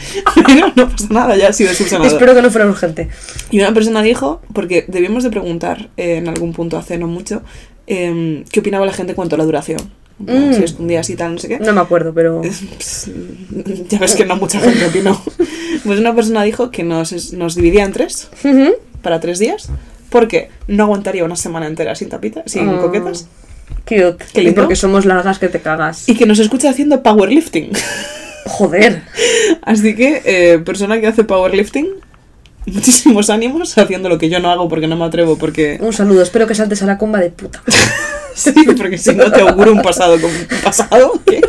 S2: pero no pasa nada, ya ha sido subsanado.
S1: Espero que no fuera urgente.
S2: Y una persona dijo, porque debíamos de preguntar eh, en algún punto hace no mucho, eh, qué opinaba la gente en cuanto a la duración. En plan,
S1: Mm.
S2: Si es que un día así tal, no sé qué.
S1: No me acuerdo, pero...
S2: Pues, ya ves que no mucha gente opinó. Pues una persona dijo que nos, nos dividía en tres,
S1: Ujú.
S2: para tres días, porque no aguantaría una semana entera sin tapita, sin
S1: Ah,
S2: coquetas,
S1: Cute.
S2: Qué
S1: Y
S2: lindo.
S1: porque somos largas que te cagas.
S2: y que nos escucha haciendo powerlifting.
S1: Joder.
S2: Así que, eh, persona que hace powerlifting, muchísimos ánimos haciendo lo que yo no hago porque no me atrevo, porque,
S1: Un saludo, espero que saltes a la comba de puta.
S2: sí, porque si no te auguro un pasado con un pasado. que-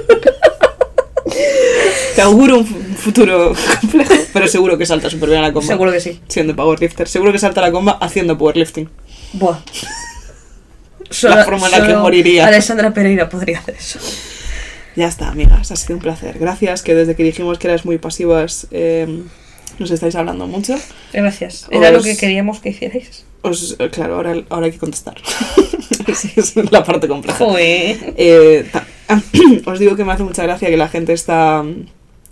S2: Te auguro un fu- futuro complejo, pero seguro que salta súper bien a la comba.
S1: Seguro que sí.
S2: Siendo powerlifter, seguro que salta a la comba haciendo powerlifting.
S1: Buah.
S2: forma en la que moriría.
S1: Alessandra Pereira podría hacer eso.
S2: Ya está, amigas, ha sido un placer. Gracias, que desde que dijimos que eras muy pasivas, eh, nos estáis hablando mucho.
S1: Gracias. Era
S2: Os-
S1: lo que queríamos que hicierais.
S2: Os, eh, claro, ahora, ahora hay que contestar. Esa es la parte compleja.
S1: Joder.
S2: Eh, ta- os digo que me hace mucha gracia que la gente está mm,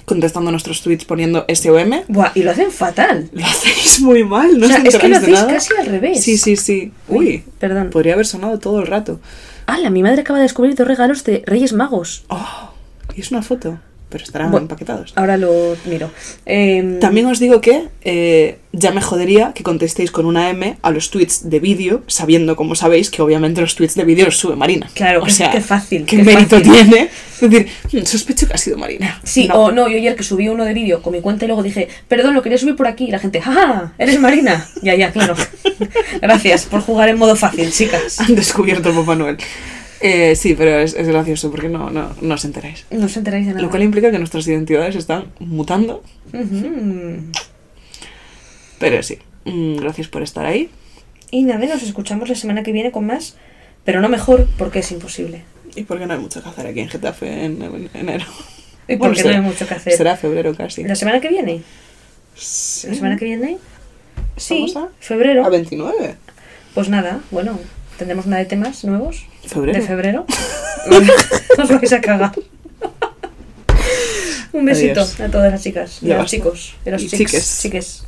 S2: contestando nuestros tweets poniendo SOM.
S1: Buah, y lo hacen fatal.
S2: Lo hacéis muy mal, no
S1: o sea,
S2: os
S1: es que lo
S2: enteráis de
S1: hacéis
S2: nada.
S1: casi al revés.
S2: Sí, sí, sí. Uy, Pues-
S1: Perdón.
S2: podría haber sonado todo el rato.
S1: Ala, mi madre acaba de descubrir dos regalos de Reyes Magos.
S2: Oh, y es una foto, pero estarán
S1: Bueno.
S2: empaquetados.
S1: Ahora lo miro. Em,
S2: También os digo que eh, ya me jodería que contestéis con una M a los tweets de vídeo, sabiendo, como sabéis, que obviamente los tweets de vídeo los sube Marina.
S1: Claro,
S2: o
S1: qué-
S2: sea,
S1: qué fácil,
S2: Qué,
S1: qué
S2: mérito
S1: fácil.
S2: tiene. Es decir, "Mm, sospecho que ha sido Marina.
S1: Sí,
S2: No.
S1: o no, yo ayer que subí uno de vídeo con mi cuenta y luego dije, perdón, lo quería subir por aquí. Y la gente, ¡ah! ¡Eres Marina! Ya, ya, claro. Gracias por jugar en modo fácil, chicas.
S2: Han descubierto el Papá Noel. Eh, sí, pero es, es gracioso porque no, no, no os enteráis.
S1: No os enteráis de nada.
S2: Lo cual implica que nuestras identidades están mutando.
S1: Ujú.
S2: Pero sí, Mm, gracias por estar ahí.
S1: Y nada, nos escuchamos la semana que viene con más, pero no mejor porque es imposible.
S2: Y porque no hay mucho que hacer aquí en Getafe en, en enero.
S1: Y
S2: Bueno,
S1: porque no
S2: será-
S1: hay mucho que hacer.
S2: Será febrero casi.
S1: ¿La semana que viene?
S2: Sí.
S1: ¿La semana que viene? Sí,
S2: ¿Estamos a-
S1: febrero.
S2: A 29.
S1: Pues nada, bueno, tendremos una de temas nuevos
S2: Febrero.
S1: de febrero. Os vais a cagar. Un besito
S2: Adiós.
S1: a todas las chicas y
S2: Ya
S1: a los
S2: basta.
S1: chicos. Y a los
S2: Y
S1: chiques.
S2: chiques.
S1: chiques.